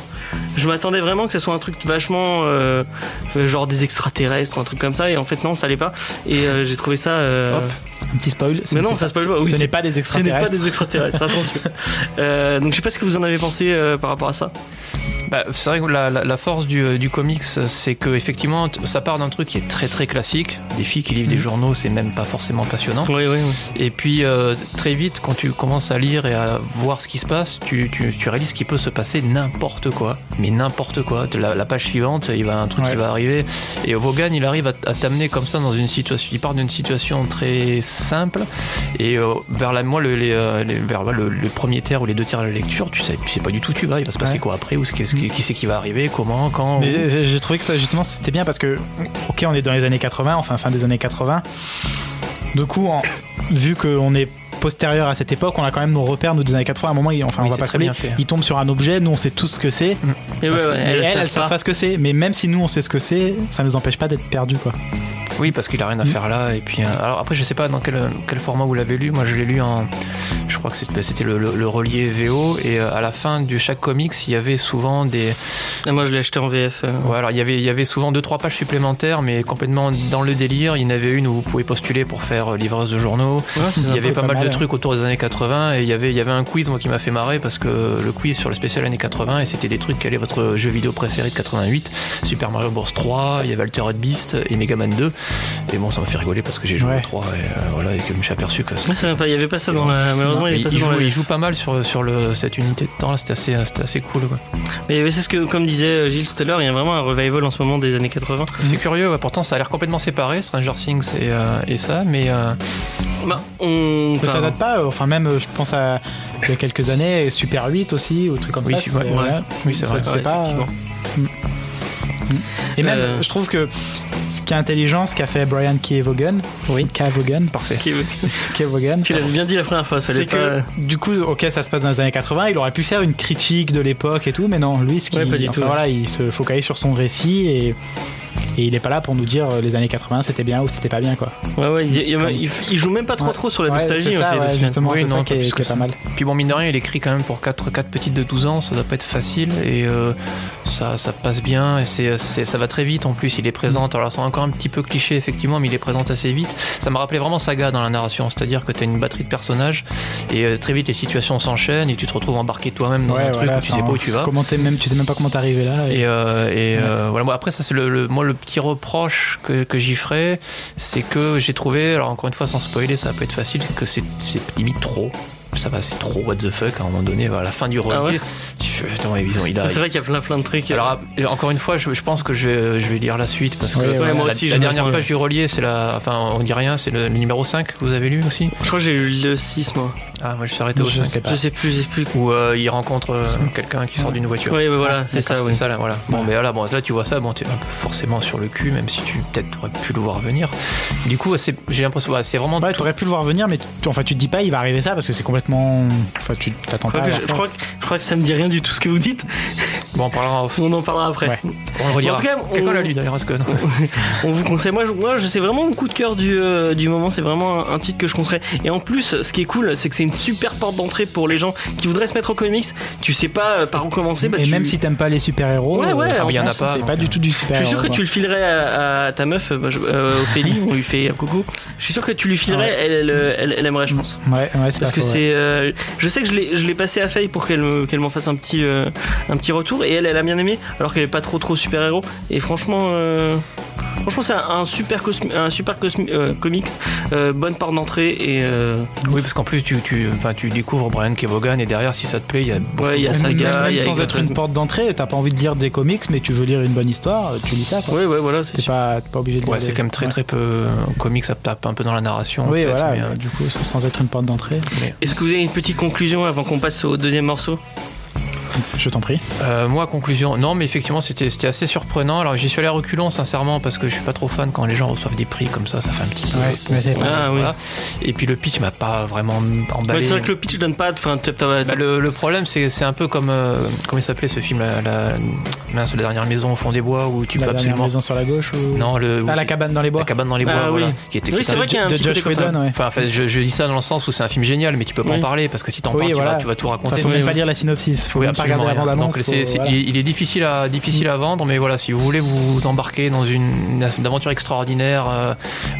Speaker 1: Je m'attendais vraiment que ce soit un truc vachement euh, euh, genre des extraterrestres ou un truc comme ça, et en fait non ça l'est pas. Et euh, j'ai trouvé ça. euh,
Speaker 2: Hop.
Speaker 3: Un petit spoil. ce
Speaker 1: Mais non,
Speaker 3: n'est
Speaker 1: ça spoil pas, oui,
Speaker 3: Ce
Speaker 1: c'est-
Speaker 3: n'est pas des
Speaker 1: Ce n'est pas
Speaker 3: extraterrestres.
Speaker 1: des extraterrestres, attention. Euh, donc je sais pas ce que vous en avez pensé euh, par rapport à ça.
Speaker 2: Bah, c'est vrai que la, la- la force du, du comics, c'est que effectivement, t- ça part d'un truc qui est très très classique. Des filles qui livrent des journaux, c'est même pas forcément passionnant.
Speaker 1: Oui, oui, oui.
Speaker 2: Et puis euh, très vite, quand tu commences à lire et à voir ce qui se passe, tu, tu- tu réalises qu'il peut se passer n'importe quoi. Mais n'importe quoi. La, la page suivante, il va un truc
Speaker 3: Ouais.
Speaker 2: qui va arriver. Et Vaughan, il arrive à, t- à t'amener comme ça dans une situation. Il part d'une situation très simple et euh, vers la, moi, le, les, euh, les- vers ouais, le, le premier tiers ou les deux tiers de la lecture, tu sais, tu sais pas du tout où tu vas. Il va se passer
Speaker 3: Ouais. Mm.
Speaker 2: quoi après ou ce, qui- ce qui, qui c'est qui va arriver, comment, quand. où.
Speaker 3: Mais j'ai- j'ai trouvé que ça, justement, c'était bien parce que, ok, on est dans les années 80, enfin, fin des années 80. Du coup, en- vu qu'on est postérieur à cette époque, on a quand même nos repères, nous, des années 80. À un moment, il- enfin,
Speaker 2: Oui,
Speaker 3: on va
Speaker 2: c'est
Speaker 3: pas
Speaker 2: très
Speaker 3: se leurrer,
Speaker 2: bien fait.
Speaker 3: Il tombe sur un objet, nous, on sait tout ce que c'est.
Speaker 1: Et ouais,
Speaker 3: Parce que-
Speaker 1: ouais,
Speaker 3: mais elles, elles,
Speaker 1: savent
Speaker 3: savent
Speaker 1: pas.
Speaker 3: pas ce que c'est. Mais même si nous, on sait ce que c'est, ça nous empêche pas d'être perdus, quoi.
Speaker 2: Oui, parce qu'il a rien à faire là. Et puis, euh, alors après, je sais pas dans quel, quel format vous l'avez lu. Moi, je l'ai lu en. Je crois que c'est- bah, c'était le, le- le relié VO. Et euh, à la fin de chaque comics, il y avait souvent des.
Speaker 1: Et moi je l'ai acheté en VF. euh.
Speaker 2: Ouais, alors il y avait, il y avait souvent deux trois pages supplémentaires, mais complètement dans le délire. Il y en avait une où vous pouvez postuler pour faire euh, livreuse de journaux. Il y avait pas,
Speaker 3: pas
Speaker 2: mal,
Speaker 3: mal,
Speaker 2: de
Speaker 3: hein.
Speaker 2: trucs autour des années 80 et il y avait, il y avait un quiz moi qui m'a fait marrer parce que le quiz sur le spécial années 80 et c'était des trucs quel est votre jeu vidéo préféré de 88 Super Mario Bros 3, il y avait Altered Beast et Mega Man 2 et bon ça m'a fait rigoler parce que j'ai joué
Speaker 3: Ouais.
Speaker 2: au 3 et euh, voilà et que je me suis aperçu que ça-
Speaker 1: Ouais, ça va pas- Ah, il y avait pas ça dans la. Malheureusement, il y
Speaker 2: il,
Speaker 1: avait pas ça
Speaker 2: il
Speaker 1: dans
Speaker 2: joue,
Speaker 1: la.
Speaker 2: il joue pas mal sur, sur le, cette unité de temps là, c'était assez, c'était assez cool. quoi.
Speaker 1: Mais oui, c'est ce que, comme disait euh, Gilles tout à l'heure, il y a vraiment un revival en ce moment des années 80.
Speaker 2: C'est curieux, ouais, pourtant ça a l'air complètement séparé, Stranger Things et, euh, et ça, mais euh,
Speaker 1: Bah, on.
Speaker 3: Mais ça
Speaker 1: enfin,
Speaker 3: date pas, euh, enfin même euh, je pense à il y a quelques années, Super 8 aussi, ou trucs comme
Speaker 2: Oui,
Speaker 3: ça.
Speaker 2: tu- ouais,
Speaker 3: c'est-
Speaker 2: ouais.
Speaker 3: voilà.
Speaker 2: Oui, c'est
Speaker 3: Ça,
Speaker 2: vrai,
Speaker 3: tu sais
Speaker 1: ouais,
Speaker 3: pas,
Speaker 1: effectivement.
Speaker 3: euh, mm. Mm. Et même,
Speaker 1: Euh,
Speaker 3: je trouve que ce qui est intelligent, ce qu'a fait Brian K. Vaughan, oui. K. Vaughan,
Speaker 2: parfait.
Speaker 1: qui-
Speaker 3: K. Vaughan,
Speaker 1: Tu l'avais bien dit la première fois, ça allait
Speaker 3: c'est que
Speaker 1: pas.
Speaker 3: du coup, ok, ça se passe dans les années 80, il aurait pu faire une critique de l'époque et tout, mais non, lui, ce qui,
Speaker 1: Ouais, pas du
Speaker 3: enfin,
Speaker 1: tout.
Speaker 3: voilà, il se focalise sur son récit et, et il est pas là pour nous dire euh, les années 80 c'était bien ou c'était pas bien quoi.
Speaker 1: Ouais, ouais, il, il- il- il joue même pas trop
Speaker 3: Ouais.
Speaker 1: trop sur la
Speaker 3: Ouais,
Speaker 1: nostalgie,
Speaker 3: c'est
Speaker 1: en
Speaker 3: ça,
Speaker 1: fait, au
Speaker 3: ouais,
Speaker 1: final.
Speaker 3: justement,
Speaker 2: Oui,
Speaker 3: c'est
Speaker 2: non,
Speaker 3: ça qui est,
Speaker 2: parce que
Speaker 3: qui est pas mal.
Speaker 2: Puis bon, mine de rien, il écrit quand même pour 4, quatre petites de 12 ans, ça doit pas être facile et euh, ça, ça passe bien, et c'est, c'est- ça va très vite en plus. Il est présent, alors c'est encore un petit peu cliché effectivement, mais il est présent assez vite. Ça me rappelait vraiment Saga dans la narration, c'est-à-dire que tu as une batterie de personnages et euh, très vite les situations s'enchaînent et tu te retrouves embarqué toi-même dans un truc
Speaker 3: voilà,
Speaker 2: où tu sais pas où tu
Speaker 3: sans-
Speaker 2: vas.
Speaker 3: Comment t'es- même, tu sais même pas comment t'es arrivé là. et-
Speaker 2: Et, euh, et, euh, voilà, moi, après, ça, c'est le, le- moi, le petit reproche que, que j'y ferais, c'est que j'ai trouvé, alors encore une fois, sans spoiler, ça peut être facile, que c'est c'est limite trop. Ça va, c'est trop, what the fuck, à un moment donné, à la fin du
Speaker 1: Ah
Speaker 2: relier,
Speaker 1: ouais Ah,
Speaker 2: tu fais, attends, mais ils ont- il a.
Speaker 1: C'est vrai qu'il y a plein plein de trucs. euh,
Speaker 2: Alors, à- et encore une fois, je, je pense que je vais, je vais lire la suite parce que
Speaker 3: Ouais, ouais,
Speaker 2: euh, la,
Speaker 1: moi aussi,
Speaker 2: la
Speaker 1: j'aime
Speaker 2: dernière
Speaker 1: bien.
Speaker 2: page du relier, c'est la. Enfin, on dit rien, c'est le, le numéro 5 que vous avez lu aussi.
Speaker 1: je crois que j'ai eu le 6 moi.
Speaker 2: Ah, moi, je suis arrêté au
Speaker 3: Je
Speaker 2: 5.
Speaker 3: sais pas.
Speaker 1: Je sais plus, je sais plus.
Speaker 2: Où euh, il rencontre euh, quelqu'un qui sort d'une voiture.
Speaker 1: Oui, bah voilà,
Speaker 2: D'accord,
Speaker 1: c'est ça, oui.
Speaker 2: là, voilà. Bon, mais là, bon, là, tu vois ça, bon, t'es un peu forcément sur le cul, même si tu peut-être aurais pu le voir venir. Du coup, c'est- j'ai l'impression, ouais, c'est vraiment.
Speaker 3: Ouais, t'aurais pu le voir venir, mais tu, enfin, tu te dis pas, il va arriver ça parce que c'est complètement. Enfin, tu t'attends
Speaker 1: Je crois,
Speaker 2: Ah,
Speaker 3: pas. à
Speaker 1: que je,
Speaker 2: bah,
Speaker 3: voir
Speaker 1: je crois que, je crois que ça me dit rien du tout ce que vous dites.
Speaker 2: Bon, on parlera. en-
Speaker 1: On en parlera après.
Speaker 3: Ouais.
Speaker 2: On le relira.
Speaker 1: En tout cas, on-
Speaker 2: Quelqu'un l'a lu d'ailleurs, est-ce que non
Speaker 1: On vous conseille. Moi, je, moi, je- c'est vraiment mon coup de cœur du, euh, du moment. C'est vraiment un, un titre que je conseillerais. Et en plus, ce qui est cool, c'est que c'est une super porte d'entrée pour les gens qui voudraient se mettre au comics. Tu sais pas euh, par où commencer. bah,
Speaker 3: Et
Speaker 1: tu-
Speaker 3: même si t'aimes pas les super-héros,
Speaker 1: Ouais, ouais,
Speaker 3: euh,
Speaker 1: ah
Speaker 2: oui, y
Speaker 3: en
Speaker 2: en a
Speaker 3: France,
Speaker 2: pas,
Speaker 3: C'est
Speaker 2: donc,
Speaker 3: pas du tout du
Speaker 1: Je
Speaker 3: super-héros.
Speaker 1: suis sûr que
Speaker 3: quoi.
Speaker 1: tu le filerais à, à ta meuf, euh, bah, je- euh, Ophélie, on lui fait un coucou. Je suis sûr que tu lui filerais,
Speaker 3: Ah ouais.
Speaker 1: elle, elle, elle- elle aimerait, je pense.
Speaker 3: Ouais, ouais, c'est
Speaker 1: Parce
Speaker 3: pas
Speaker 1: que
Speaker 3: faux, Ah, ouais.
Speaker 1: c'est. euh, je sais que je l'ai je l'ai passé à Faye pour qu'elle me- qu'elle m'en fasse un petit, euh, un petit retour et elle, elle a bien aimé, alors qu'elle est pas trop trop super héros. Et franchement, euh, Franchement, c'est un, un super, cosmi- un super cosmi- euh, comics, euh, bonne part d'entrée et euh,
Speaker 2: Oui, parce qu'en plus, tu, tu, enfin, tu découvres Brian Kevogan et derrière, si ça te plaît, il y a.
Speaker 1: ouais, il y a
Speaker 3: Même-
Speaker 1: Saga,
Speaker 3: même
Speaker 1: il y a
Speaker 3: sans
Speaker 1: Egret-
Speaker 3: être une porte d'entrée, t'as pas envie de lire des comics, mais tu veux lire une bonne histoire, tu lis ça. Quoi.
Speaker 1: Ouais, ouais, voilà, c'est
Speaker 3: T'es
Speaker 1: super.
Speaker 3: pas, t'es pas obligé de lire.
Speaker 2: Ouais, c'est
Speaker 3: des-
Speaker 2: quand même très
Speaker 3: Ouais.
Speaker 2: très peu. euh, comics, ça tape un peu dans la narration.
Speaker 3: Oui,
Speaker 2: peut-être,
Speaker 3: voilà.
Speaker 2: mais, euh,
Speaker 3: mais Du coup, sans être une porte d'entrée,
Speaker 1: Est-ce que vous avez une petite conclusion avant qu'on passe au deuxième morceau
Speaker 3: je t'en prie.
Speaker 2: Euh, moi, conclusion, non, mais effectivement, c'était c'était assez surprenant. Alors, j'y suis allé à reculons, sincèrement, parce que je suis pas trop fan quand les gens reçoivent des prix comme ça, ça fait un petit peu.
Speaker 3: Ouais, mais c'est pas-
Speaker 1: Ah oui.
Speaker 2: Voilà. Et puis, le pitch m'a pas vraiment emballé.
Speaker 3: Bah,
Speaker 1: Ouais, C'est vrai que le pitch donne pas. Enfin, t'as- t'as-
Speaker 2: Bah, le, le problème, c'est c'est un peu comme. euh, comment il s'appelait ce film la, la, mince, la dernière maison au fond des bois où tu
Speaker 3: la
Speaker 2: peux
Speaker 3: dernière
Speaker 2: absolument.
Speaker 3: maison sur la gauche ou
Speaker 2: Non, le. où
Speaker 3: Ah, la
Speaker 2: tu-
Speaker 3: cabane dans les bois.
Speaker 2: la cabane dans les bois,
Speaker 1: Ah, oui.
Speaker 2: voilà, qui était, qui
Speaker 1: Oui,
Speaker 2: était
Speaker 1: c'est
Speaker 2: un-
Speaker 1: vrai qu'il y a un
Speaker 3: de
Speaker 1: petit côté
Speaker 3: Josh
Speaker 1: comme ça.
Speaker 3: Whedon, ouais.
Speaker 2: Enfin, en fait, je, je dis ça dans le sens où c'est un film génial, mais tu peux pas
Speaker 1: Oui.
Speaker 2: en parler parce que si t'en
Speaker 3: Oui,
Speaker 2: parles, tu vas-
Speaker 3: voilà.
Speaker 2: tu, vas, tout raconter.
Speaker 3: faut
Speaker 1: Oui,
Speaker 3: même pas
Speaker 1: oui.
Speaker 3: lire la synopsis, faut
Speaker 2: Oui,
Speaker 3: même pas regarder
Speaker 2: absolument
Speaker 3: la
Speaker 2: rien.
Speaker 3: bande-annonce.
Speaker 2: Donc, c'est-
Speaker 3: faut-
Speaker 2: c'est-
Speaker 3: voilà.
Speaker 2: il, il est difficile à difficile à vendre, mais voilà, si vous voulez vous vous embarquer dans une, une aventure extraordinaire, euh,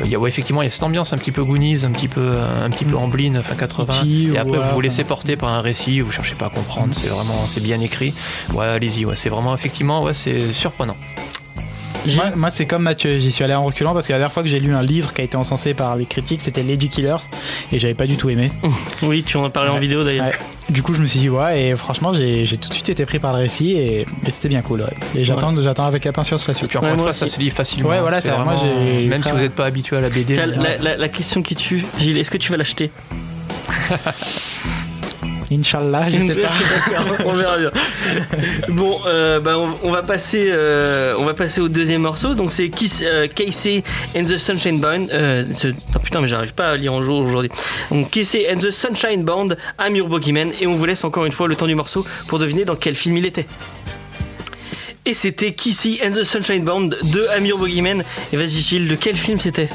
Speaker 2: il y a ouais, effectivement il y a cette ambiance un petit peu Goonies, un petit peu euh, un petit peu Amblin, enfin 80.
Speaker 3: E.T.
Speaker 2: et
Speaker 3: ou,
Speaker 2: après
Speaker 3: voilà,
Speaker 2: vous vous
Speaker 3: enfin.
Speaker 2: laissez porter par un récit, vous cherchez pas à comprendre, c'est vraiment c'est bien écrit. Ouais, allez-y, ouais, c'est vraiment effectivement ouais, c'est surprenant.
Speaker 3: Moi, moi, c'est comme Mathieu, j'y suis allé en reculant parce que la dernière fois que j'ai lu un livre qui a été encensé par les critiques, c'était Lady Killers et j'avais pas du tout aimé.
Speaker 1: Oui, tu en as parlé en
Speaker 3: Ouais.
Speaker 1: vidéo d'ailleurs.
Speaker 3: Ouais. Du coup, je me suis dit, ouais, et franchement, j'ai j'ai tout de suite été pris par le récit et, et c'était bien cool. ouais. Et j'attends j'attends avec impatience la
Speaker 2: Et
Speaker 3: suite.
Speaker 2: puis encore
Speaker 1: Ouais,
Speaker 2: une
Speaker 1: moi
Speaker 2: fois, ça
Speaker 1: aussi.
Speaker 2: se lit facilement.
Speaker 3: Ouais, voilà,
Speaker 2: c'est
Speaker 3: ça, moi,
Speaker 2: vraiment-
Speaker 3: j'ai-
Speaker 2: même
Speaker 3: ça-
Speaker 2: si vous n'êtes pas habitué à la BD.
Speaker 1: Tiens,
Speaker 2: vraiment-
Speaker 1: la, la- la- la question qui tue, Gilles, est-ce que tu vas l'acheter
Speaker 3: Inch'Allah, je sais pas.
Speaker 1: D'accord, on verra bien. Bon, euh, bah, on, on va passer, euh, on va passer au deuxième morceau. Donc c'est Kiss, euh, KC and the Sunshine Band. Euh, ce- ah, putain, mais j'arrive pas à lire en jour aujourd'hui. Donc KC and the Sunshine Band, I'm Your Bogeyman, et on vous laisse encore une fois le temps du morceau pour deviner dans quel film il était. Et c'était Kissy and the Sunshine Band de Amir Bogeyman. Et vas-y Gilles, de quel film c'était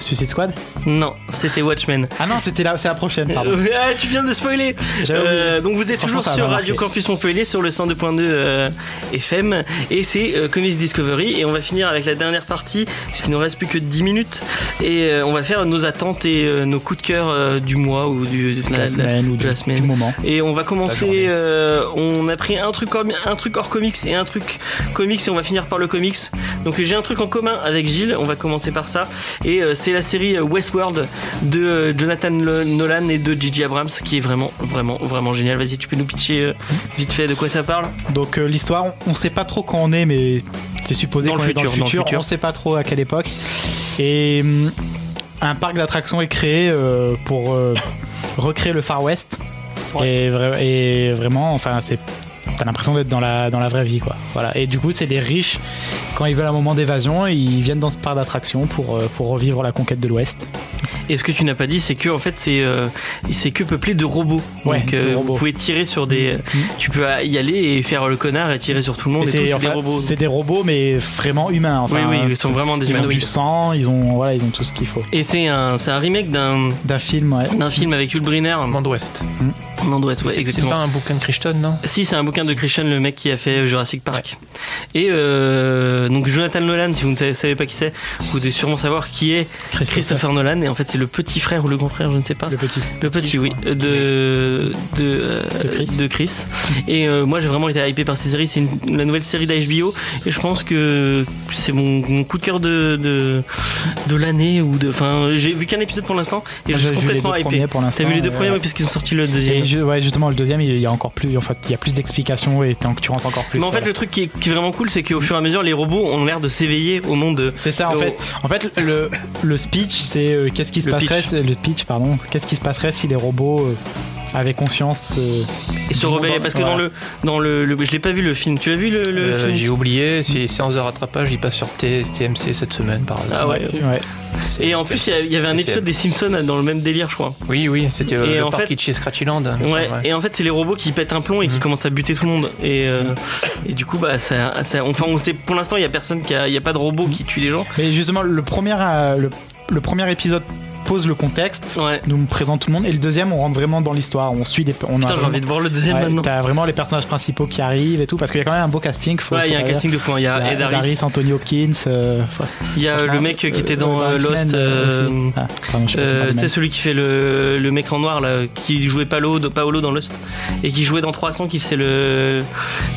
Speaker 3: Suicide Squad
Speaker 1: Non, c'était Watchmen.
Speaker 3: Ah non, c'était la, c'est la prochaine, pardon.
Speaker 1: Euh, ah, tu viens de spoiler.
Speaker 3: J'avais oublié.
Speaker 1: Euh, donc vous êtes
Speaker 3: Franchement,
Speaker 1: toujours
Speaker 3: ça m'a
Speaker 1: sur
Speaker 3: marqué.
Speaker 1: Radio Campus Montpellier sur le 102.2 euh, FM et c'est euh, Comics Discovery et on va finir avec la dernière partie puisqu'il nous reste plus que 10 minutes et euh, on va faire nos attentes et euh, nos coups de cœur euh, du mois ou du, de
Speaker 3: De
Speaker 1: la-
Speaker 3: la semaine ou
Speaker 1: de
Speaker 3: du,
Speaker 1: la semaine.
Speaker 3: du moment.
Speaker 1: Et on va commencer.
Speaker 2: journée.
Speaker 1: euh, on a pris un truc, com- un truc hors comics et un truc comics et on va finir par le comics. Donc j'ai un truc en commun avec Gilles. On va commencer par ça. Et euh, c'est la série Westworld de euh, Jonathan Le- Nolan et de Gigi Abrams qui est vraiment, vraiment, vraiment génial. Vas-y, tu peux nous pitcher euh, vite fait de quoi ça parle
Speaker 3: Donc euh, l'histoire, on, on sait pas trop quand on est, mais c'est supposé
Speaker 1: Dans
Speaker 3: qu'on
Speaker 1: le
Speaker 3: est dans le
Speaker 1: futur, dans le
Speaker 3: futur.
Speaker 1: futur.
Speaker 3: On sait pas trop à quelle époque. Et hum, un parc d'attractions est créé euh, pour euh, recréer le Far West.
Speaker 2: Ouais.
Speaker 3: Et, vra- et vraiment, enfin, c'est t'as l'impression d'être dans la dans la vraie vie, quoi. Voilà. Et du coup, c'est des riches quand ils veulent un moment d'évasion, ils viennent dans ce parc d'attractions pour euh, pour revivre la conquête de l'Ouest.
Speaker 1: Et ce que tu n'as pas dit, c'est que en fait, c'est euh, c'est que peuplé de robots.
Speaker 3: Ouais,
Speaker 1: Donc euh,
Speaker 3: de
Speaker 1: vous
Speaker 3: robots.
Speaker 1: pouvez tirer sur des. euh,
Speaker 3: Mhm.
Speaker 1: Tu peux y aller et faire le connard et tirer sur tout le monde.
Speaker 3: Et
Speaker 1: Et, tout, c'est
Speaker 3: enfin,
Speaker 1: des robots.
Speaker 3: c'est des robots, mais vraiment humains. Enfin,
Speaker 1: oui, oui, ils sont vraiment des
Speaker 3: ils ont du
Speaker 1: humanoïdes.
Speaker 3: sang, ils ont voilà, ils ont tout ce qu'il faut.
Speaker 1: Et c'est un, c'est un remake d'un
Speaker 3: D'un film, ouais.
Speaker 1: d'un film avec Yul Brynner.
Speaker 2: Monde Ouest.
Speaker 1: Non, d'Ouest, ouais,
Speaker 2: C'est- c'est
Speaker 1: exactement.
Speaker 2: pas un bouquin de Christian, non
Speaker 1: Si, c'est un bouquin de Christian, le mec qui a fait Jurassic Park. Et euh, donc Jonathan Nolan, si vous ne savez- savez pas qui c'est, vous devez sûrement savoir qui est
Speaker 3: Christopher.
Speaker 1: Christopher Nolan. Et en fait, c'est le petit frère ou le grand frère, je ne sais pas.
Speaker 3: Le petit.
Speaker 1: Le petit, oui, Euh, de de, euh,
Speaker 3: De Chris.
Speaker 1: de Chris. Et euh, moi, j'ai vraiment été hypé par cette série. C'est une- la nouvelle série d'HBO. Et je pense que c'est mon, mon coup de cœur de de, de l'année ou de. Enfin, j'ai vu qu'un épisode pour l'instant et
Speaker 3: Moi,
Speaker 1: je suis
Speaker 3: j'ai vu les
Speaker 1: complètement
Speaker 3: deux
Speaker 1: hypé.
Speaker 3: premiers pour l'instant,
Speaker 1: T'as vu les deux
Speaker 3: euh,
Speaker 1: premiers,
Speaker 3: ouais.
Speaker 1: oui, puisqu'ils ont sorti le deuxième.
Speaker 3: Et ju- ouais, justement, le deuxième, il y a encore plus, en fait, il y a plus d'explications et tant que tu rentres encore plus.
Speaker 1: Mais en fait,
Speaker 3: voilà.
Speaker 1: le truc qui est, qui est vraiment cool, c'est qu'au fur et à mesure, les robots ont l'air de s'éveiller au monde.
Speaker 3: c'est ça, en
Speaker 1: le-
Speaker 3: fait. En fait, le, le speech, c'est euh, qu'est-ce qui se
Speaker 1: Le
Speaker 3: passerait,
Speaker 1: pitch.
Speaker 3: c'est- le pitch, pardon, qu'est-ce qui se passerait si les robots euh, avaient conscience. euh,
Speaker 1: Et se
Speaker 3: du monde
Speaker 1: rebeller.
Speaker 3: en-
Speaker 1: Parce que
Speaker 3: voilà.
Speaker 1: dans le. dans le, le- Je l'ai pas vu le film. Tu l'as vu le, le
Speaker 2: Euh, J'ai
Speaker 1: film
Speaker 2: oublié, c'est séance de rattrapage, il passe sur T- TMC cette semaine par
Speaker 1: Ah
Speaker 2: hasard.
Speaker 1: ouais.
Speaker 3: ouais.
Speaker 2: C'est-
Speaker 1: Et en plus, il y a- il y avait un
Speaker 2: c'est-
Speaker 1: épisode des Simpsons dans le même délire, je crois.
Speaker 2: Oui, oui, c'était euh,
Speaker 1: Et
Speaker 2: le
Speaker 1: en
Speaker 2: parc
Speaker 1: fait-
Speaker 2: de chez Scratchyland. il me
Speaker 1: Ouais,
Speaker 2: semble, ouais.
Speaker 1: et en fait, c'est les robots qui pètent un plomb et qui
Speaker 3: Mhm.
Speaker 1: commencent à buter tout le monde. Et, euh, et du coup, bah, ça, ça- enfin, on sait, pour l'instant, il y a personne qui a, il y a pas de robot qui tue les gens.
Speaker 3: Mais justement, le premier, euh, le, le premier épisode pose le contexte,
Speaker 1: Ouais.
Speaker 3: nous présente tout le monde, et le deuxième, on rentre vraiment dans l'histoire, on suit les. On
Speaker 1: Putain,
Speaker 3: a
Speaker 1: j'ai
Speaker 3: vraiment-
Speaker 1: envie de voir le deuxième
Speaker 3: Ouais,
Speaker 1: maintenant.
Speaker 3: T'as vraiment les personnages principaux qui arrivent et tout, parce qu'il y a quand même un beau casting. Faut,
Speaker 1: Ouais, il y a un
Speaker 3: faut
Speaker 1: casting de fou. hein. Il y
Speaker 3: Il y
Speaker 1: a
Speaker 3: a
Speaker 1: Ed Harris,
Speaker 3: Anthony Hopkins. euh, faut-
Speaker 1: il y a euh, le
Speaker 3: franchement,
Speaker 1: mec qui était
Speaker 3: euh,
Speaker 1: dans euh,
Speaker 3: X-Men,
Speaker 1: Lost.
Speaker 3: euh,
Speaker 1: euh,
Speaker 3: aussi. Ah, pardon, je sais pas si on
Speaker 1: Euh,
Speaker 3: parle du
Speaker 1: c'est
Speaker 3: même.
Speaker 1: celui qui fait le, le mec en noir là, qui jouait Paolo, Paolo dans Lost et qui jouait dans 300, qui faisait le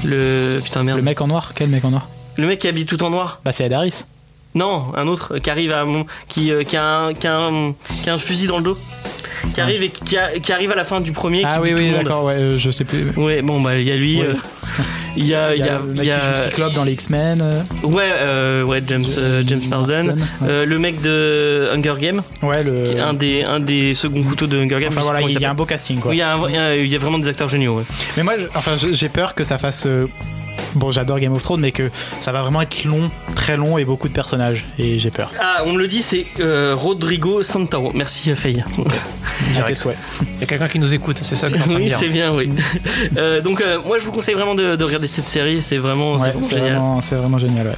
Speaker 1: le putain merde.
Speaker 3: Le mec en noir Quel mec en noir
Speaker 1: Le mec qui habille tout en noir.
Speaker 3: Bah, c'est Ed Harris.
Speaker 1: Non, un autre euh, qui arrive à mon, qui, euh, qui, a un, qui, a un, qui a un fusil dans le dos. Qui arrive et qui, a- qui arrive à la fin du premier.
Speaker 3: Ah
Speaker 1: qui
Speaker 3: oui,
Speaker 1: tue tout
Speaker 3: oui,
Speaker 1: le monde.
Speaker 3: d'accord, ouais, euh, je sais plus.
Speaker 1: Ouais, bon bah il y a lui.
Speaker 3: Ouais.
Speaker 1: euh, Il y a, il y a,
Speaker 3: le
Speaker 1: il
Speaker 3: mec
Speaker 1: y a-
Speaker 3: qui joue Cyclope dans les X-Men. euh,
Speaker 1: ouais, euh, ouais, James, euh, James Marsden,
Speaker 3: Marsden, ouais.
Speaker 1: Euh, le mec de Hunger Game,
Speaker 3: Ouais, le.
Speaker 1: qui est un des, un des seconds couteaux de Hunger Game.
Speaker 3: Enfin
Speaker 1: je sais
Speaker 3: voilà,
Speaker 1: pas comment
Speaker 3: il y a un
Speaker 1: s'appelle.
Speaker 3: beau casting quoi.
Speaker 1: Oui, il y a un- il y a, il y a vraiment des acteurs géniaux. ouais.
Speaker 3: Mais moi, je- enfin, je- j'ai peur que ça fasse. euh, Bon, j'adore Game of Thrones, mais que ça va vraiment être long, très long et beaucoup de personnages. Et j'ai peur.
Speaker 1: Ah, on me le dit, c'est euh, Rodrigo Santoro. Merci Faye.
Speaker 3: À tes
Speaker 2: Direct.
Speaker 3: souhaits.
Speaker 2: Il y a quelqu'un qui nous écoute, c'est ça que t'es en train de
Speaker 1: oui,
Speaker 2: dire.
Speaker 1: c'est bien, oui. Euh, donc euh, moi, je vous conseille vraiment de, de regarder cette série. C'est vraiment, c'est
Speaker 3: Ouais,
Speaker 1: vraiment
Speaker 3: c'est
Speaker 1: génial.
Speaker 3: vraiment, c'est vraiment génial. Ouais.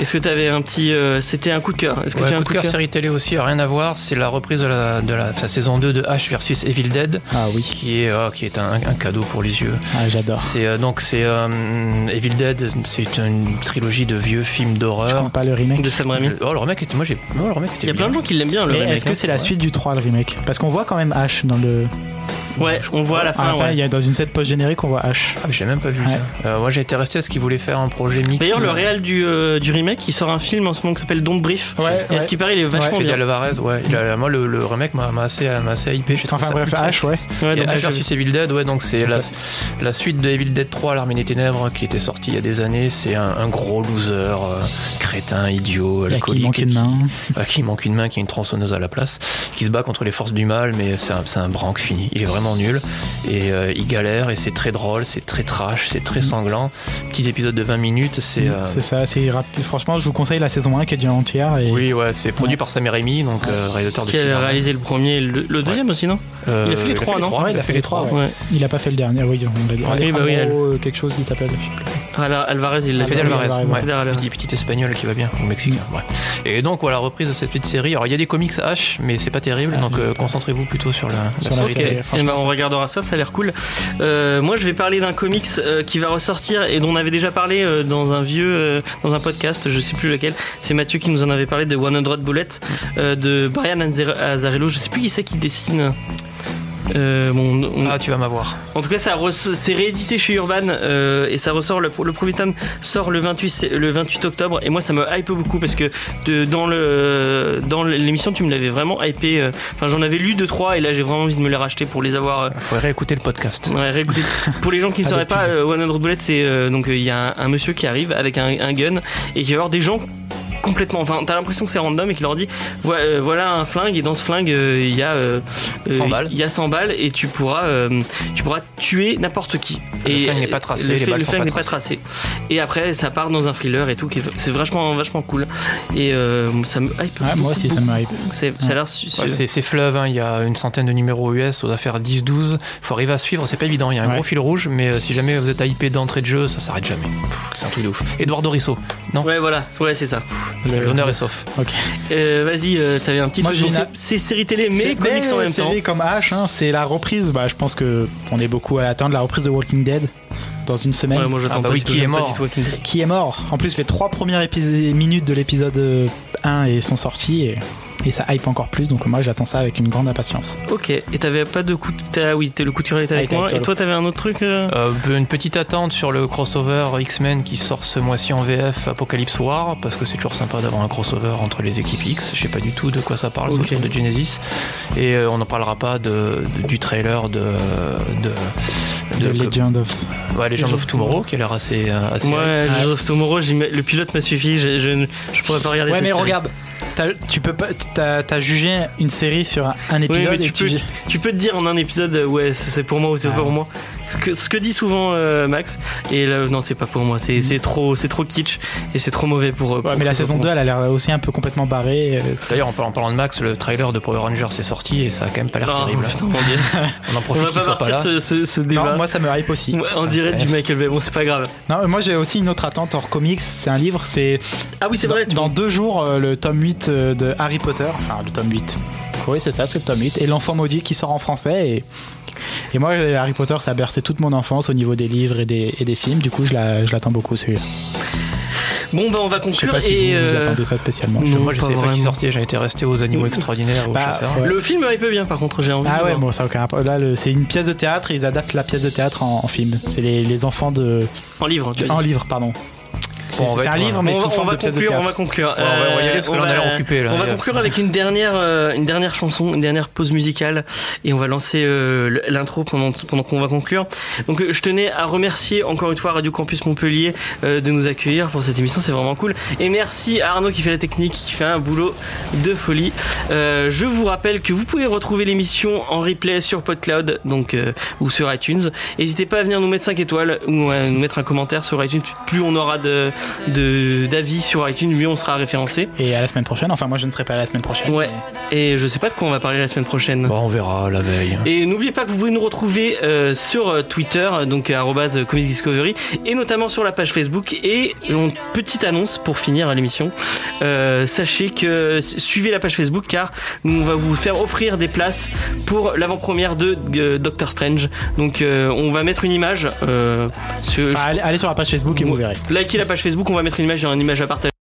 Speaker 1: Est-ce que t'avais un petit, euh, c'était un coup de cœur Est-ce que
Speaker 2: Ouais,
Speaker 1: tu as
Speaker 2: coup de cœur, série télé aussi, rien à voir, c'est la reprise de la, de la- de la saison 2 de H versus Evil Dead,
Speaker 3: Ah oui,
Speaker 2: qui est, euh, qui est un, un cadeau pour les yeux.
Speaker 3: ah, j'adore.
Speaker 2: C'est euh, donc c'est euh, Evil Dead, c'est une trilogie de vieux films
Speaker 1: Ah.
Speaker 3: Je
Speaker 2: d'horreur.
Speaker 3: compte pas le remake.
Speaker 1: de Sam Raimi
Speaker 2: Oh le remake était, moi j'ai, oh, le remake était
Speaker 1: Il y a
Speaker 2: bien.
Speaker 1: plein de gens qui l'aiment bien le
Speaker 3: Mais
Speaker 1: remake.
Speaker 3: est-ce que
Speaker 1: hein.
Speaker 3: c'est la suite du 3 le remake Parce qu'on voit quand même H dans le.
Speaker 1: Ouais, on voit à la
Speaker 3: à la
Speaker 1: fin.
Speaker 3: fin,
Speaker 1: ouais.
Speaker 3: Ah, il y a dans une scène post générique, on voit H.
Speaker 2: Ah, mais j'ai même pas vu
Speaker 3: Ouais.
Speaker 2: ça. Euh, moi j'ai été resté à ce qu'ils voulaient faire un projet mixte.
Speaker 1: D'ailleurs, le
Speaker 2: euh,
Speaker 1: réal du, euh, du remake, il sort un film en ce moment qui s'appelle Don't Brief.
Speaker 3: Ouais.
Speaker 1: Et à ce qui paraît, il est vachement
Speaker 2: Fede
Speaker 1: bien.
Speaker 2: Alvarez, ouais, il a- moi le, le remake m'a m'a assez, m'a assez hypé. j'ai trouvé
Speaker 3: Enfin
Speaker 2: ça
Speaker 3: bref,
Speaker 2: ultra
Speaker 3: H, ouais.
Speaker 1: Ouais,
Speaker 2: Et
Speaker 1: donc,
Speaker 2: Ash
Speaker 1: je-
Speaker 2: versus Evil Dead, ouais, donc c'est la, la suite de Evil Dead 3, l'armée des ténèbres, qui était sortie il y a des années. C'est un, un gros loser, euh, crétin, idiot,
Speaker 3: Il y a qui
Speaker 2: alcoolique,
Speaker 3: manque
Speaker 2: et
Speaker 3: une
Speaker 2: qui-
Speaker 3: main.
Speaker 2: à qui il manque une main, qui a une tronçonneuse à la place, qui se bat contre les forces du mal, mais c'est un, c'est un branque fini. Il est vraiment nul et euh, il galère et c'est très drôle, c'est très trash, c'est très sanglant. Petits épisodes de 20 minutes, c'est. euh,
Speaker 3: Mm. C'est ça, c'est rapide. Franchement, je vous conseille la saison 1 qui est déjà entière. Et...
Speaker 2: oui, ouais, c'est produit
Speaker 3: Ouais.
Speaker 2: par Sam Raimi, donc euh, réalisateur de
Speaker 1: Qui a
Speaker 2: Spider-Man.
Speaker 1: réalisé le premier, et le, le deuxième aussi, non
Speaker 2: Euh,
Speaker 1: il a fait les trois, non
Speaker 3: Ouais,
Speaker 2: Il a fait les trois, ouais.
Speaker 1: Ouais.
Speaker 3: Il a pas fait le dernier, oui, on l'a dit.
Speaker 1: Ouais, oui, bah oui,
Speaker 3: Alejandro, euh, quelque chose, il s'appelle.
Speaker 1: Ah, là, Alvarez, il l'a
Speaker 2: Fede
Speaker 1: fait.
Speaker 3: Alvarez,
Speaker 2: Alvarez,
Speaker 3: ouais.
Speaker 2: ouais.
Speaker 1: Fede Alvarez.
Speaker 2: Petit, petit espagnol qui va bien, ou mexicain. ouais. Et donc voilà, reprise de cette petite série. Alors il y a des comics H, mais c'est pas terrible,
Speaker 3: Ah,
Speaker 2: donc
Speaker 3: oui.
Speaker 2: euh, concentrez-vous plutôt sur la, la
Speaker 3: Sur la
Speaker 2: série.
Speaker 1: Ok,
Speaker 3: série.
Speaker 2: télé.
Speaker 3: Ouais, franchement,
Speaker 1: eh ben,
Speaker 3: ça-
Speaker 1: on regardera ça, ça a l'air cool. Euh, moi, je vais parler d'un comics euh, qui va ressortir et dont on avait déjà parlé euh, dans un vieux, euh, dans un podcast, je sais plus lequel. C'est Mathieu qui nous en avait parlé de 100 Bullet euh, de Brian Azar- Azzarello. Je sais plus qui c'est qui dessine. Euh, bon, on- on-
Speaker 2: Ah, tu vas m'avoir.
Speaker 1: En tout cas, ça res- c'est réédité chez Urban euh, et ça ressort. Le, le premier tome sort le 28, sé- le 28 octobre et moi ça me hype beaucoup parce que de- dans le dans l'émission tu me l'avais vraiment hypé. euh, Enfin, j'en avais lu deux trois et là j'ai vraiment envie de me les racheter pour les avoir. euh,
Speaker 2: Faudrait réécouter le podcast.
Speaker 1: ouais, réécoutés. pour les gens qui ne
Speaker 3: Pas
Speaker 1: sauraient
Speaker 3: de pub.
Speaker 1: pas, euh, One Hundred Bullet, c'est euh, donc euh, il y a un, un monsieur qui arrive avec un, un gun et qui va voir des gens complètement. Enfin, t'as l'impression que c'est random et qu'il leur dit Voi- euh, voilà un flingue et dans ce flingue euh, il y a euh,
Speaker 2: 100
Speaker 1: euh,
Speaker 2: balles.
Speaker 1: Il y a 100 balles et tu pourras euh, tu pourras tuer n'importe qui.
Speaker 2: Le
Speaker 1: et
Speaker 2: flingue n'est pas tracé,
Speaker 1: Le,
Speaker 2: les
Speaker 1: fait-
Speaker 2: balles
Speaker 1: le
Speaker 2: sont
Speaker 1: flingue
Speaker 2: pas
Speaker 1: n'est pas tracé. Et après ça part dans un thriller et tout. qui est- C'est vachement vachement cool et euh, ça me hype.
Speaker 3: Ouais, moi
Speaker 1: beaucoup,
Speaker 3: aussi, ça me hype.
Speaker 1: beaucoup. C'est- Ça a l'air. su- su-
Speaker 2: Ouais, c'est c'est fleuve, hein, il y a une centaine de numéros US aux affaires 10-12. Faut arriver à suivre, c'est pas évident. Il y a un
Speaker 3: Ouais.
Speaker 2: gros fil rouge, mais euh, si jamais vous êtes hypé d'entrée de jeu, ça s'arrête jamais. Pff, C'est un truc de ouf. Edouard Dorisso, non
Speaker 1: Ouais voilà, ouais c'est ça.
Speaker 3: Le-
Speaker 2: L'honneur est sauf.
Speaker 3: Ok.
Speaker 1: Euh, Vas-y, euh, t'avais un petit
Speaker 3: Moi,
Speaker 1: truc.
Speaker 3: j'ai
Speaker 1: pour-
Speaker 3: une-
Speaker 1: C'est c'est série télé mais
Speaker 3: C'est-
Speaker 1: comics en
Speaker 3: mais
Speaker 1: même temps.
Speaker 3: série comme H, hein, c'est la reprise. Bah, je pense que on est beaucoup à attendre la reprise de Walking Dead dans une semaine.
Speaker 1: Ouais, moi j'attends
Speaker 2: Ah bah
Speaker 1: pas
Speaker 2: oui,
Speaker 1: du tout,
Speaker 2: qui est
Speaker 1: j'aime pas
Speaker 2: mort.
Speaker 1: du tout Walking Dead.
Speaker 3: Qui est mort. En plus, les trois premières épis- minutes de l'épisode euh, 1 et sont sorties et, et ça hype encore plus. Donc moi, j'attends ça avec une grande impatience.
Speaker 1: Ok, et t'avais pas de coup. t'as- oui, t'es- le couturier était avec
Speaker 3: Ah, il était
Speaker 1: moi.
Speaker 3: avec
Speaker 1: Et toi, t'avais un autre truc. euh
Speaker 2: Euh, une petite attente sur le crossover X-Men qui sort ce mois-ci en VF Apocalypse War, parce que c'est toujours sympa d'avoir un crossover entre les équipes X. Je sais pas du tout de quoi ça parle
Speaker 1: Ok.
Speaker 2: autour de Genesis. Et euh, on n'en parlera pas de, de- du trailer de. de,
Speaker 3: De Legend of.
Speaker 2: ouais, Legend of Tomorrow qui a l'air assez. euh,
Speaker 3: Ah,
Speaker 2: assez
Speaker 1: Moi,
Speaker 2: hype.
Speaker 1: Legends of Tomorrow, j'y mets- le pilote m'a suffi. Je, je, ne- je pourrais pas regarder
Speaker 3: Ouais,
Speaker 1: cette
Speaker 3: mais
Speaker 1: série.
Speaker 3: regarde, t'as- tu peux pas, t'as t'as jugé une série sur un- un
Speaker 1: Oui,
Speaker 3: épisode
Speaker 1: mais tu
Speaker 3: et
Speaker 1: peux,
Speaker 3: tu-
Speaker 1: tu peux te dire en un épisode, euh, ouais, c'est c'est pour moi ou c'est
Speaker 3: Ah.
Speaker 1: pas pour moi. Ce que, ce que dit souvent euh, Max, et là, non, c'est pas pour moi, c'est c'est trop, c'est trop kitsch et c'est trop mauvais pour. euh,
Speaker 3: Ouais,
Speaker 1: pour
Speaker 3: mais
Speaker 1: que
Speaker 3: la
Speaker 1: ce soit
Speaker 3: saison
Speaker 1: pour
Speaker 3: 2,
Speaker 1: moi.
Speaker 3: elle a l'air aussi un peu complètement barrée. euh,
Speaker 2: D'ailleurs, en parlant, en parlant de Max, le trailer de Power Rangers est sorti et ça a quand même pas l'air
Speaker 1: Ah,
Speaker 2: terrible.
Speaker 1: putain, mon Dieu.
Speaker 2: On en
Speaker 1: On
Speaker 2: profite
Speaker 1: va
Speaker 2: qu'il
Speaker 1: pas
Speaker 2: soit pas
Speaker 1: partir
Speaker 2: là.
Speaker 1: ce, ce, ce débat.
Speaker 3: Non, moi, ça me hype aussi.
Speaker 1: Ouais, on dirait du
Speaker 2: yes.
Speaker 1: Michael Bay, bon, c'est pas grave.
Speaker 3: Non, moi, j'ai aussi une autre attente hors comics. C'est un livre, c'est
Speaker 1: Ah oui, c'est
Speaker 3: dans,
Speaker 1: vrai, tu
Speaker 3: dans deux jours euh, le tome 8 euh, de Harry Potter. Enfin, le tome 8. Oui, c'est ça, c'est le tome 8. Et l'enfant maudit qui sort en français. Et, et moi, euh, Harry Potter, ça a bercé toute mon enfance au niveau des livres et des, et des films. Du coup, je la- je l'attends beaucoup celui-là.
Speaker 1: Bon, bah, on va
Speaker 3: Je sais
Speaker 1: conclure.
Speaker 3: pas si
Speaker 1: et,
Speaker 3: vous, vous
Speaker 1: euh,
Speaker 3: attendez ça spécialement.
Speaker 1: non,
Speaker 2: Moi, je
Speaker 1: pas
Speaker 2: savais pas qui
Speaker 1: vraiment. euh,
Speaker 2: sortait, j'en étais resté aux animaux extraordinaires. au
Speaker 3: Bah,
Speaker 2: Chaucer.
Speaker 3: ouais.
Speaker 1: Le film, il peut bien, par contre, j'ai envie.
Speaker 3: Ah
Speaker 1: de
Speaker 3: ouais,
Speaker 1: voir.
Speaker 3: bon, ça a aucun rapport. Là, le- c'est une pièce de théâtre et ils adaptent la pièce de théâtre en, en film. C'est les, les enfants de.
Speaker 1: En livre, hein, tu veux
Speaker 3: En
Speaker 1: dire.
Speaker 3: livre, pardon. C'est
Speaker 2: on va
Speaker 3: c'est
Speaker 2: être,
Speaker 3: un
Speaker 2: euh,
Speaker 3: livre, mais
Speaker 1: on,
Speaker 3: sous
Speaker 1: va, on
Speaker 3: forme
Speaker 1: va
Speaker 3: de pièce de
Speaker 1: conclure, on va
Speaker 3: théâtre.
Speaker 1: conclure.
Speaker 2: on va- on va y aller parce
Speaker 1: Euh,
Speaker 2: que là, on a l'air occupé, là.
Speaker 1: On va
Speaker 2: Il y a-
Speaker 1: conclure avec une dernière, euh, une dernière chanson, une dernière pause musicale et on va lancer euh, le- l'intro pendant, pendant qu'on va conclure. Donc euh, je tenais à remercier encore une fois Radio Campus Montpellier euh, de nous accueillir pour cette émission, c'est vraiment cool. Et merci à Arnaud qui fait la technique, qui fait un boulot de folie. Euh, je vous rappelle que vous pouvez retrouver l'émission en replay sur PodCloud donc, euh, ou sur iTunes. N'hésitez pas à venir nous mettre 5 étoiles ou à nous mettre un commentaire sur iTunes. Plus on aura de de- d'avis sur iTunes, mieux on sera référencé.
Speaker 3: Et à la semaine prochaine. Enfin, moi, je ne serai pas là la semaine prochaine.
Speaker 1: Ouais. Et je sais pas de quoi on va parler la semaine prochaine.
Speaker 2: Bah, on verra la veille.
Speaker 1: Et n'oubliez pas que vous pouvez nous retrouver euh, sur euh, Twitter, donc euh, arrobase, euh, Comics Discovery, et notamment sur la page Facebook. Et une petite annonce pour finir l'émission. Euh, sachez que suivez la page Facebook car nous on va vous faire offrir des places pour l'avant-première de euh, Doctor Strange. Donc euh, on va mettre une image. Euh, sur-
Speaker 3: Ah. Enfin, allez, allez sur la page Facebook et vous verrez.
Speaker 1: Likez la page Facebook, on va mettre une image, il y a une image à partager.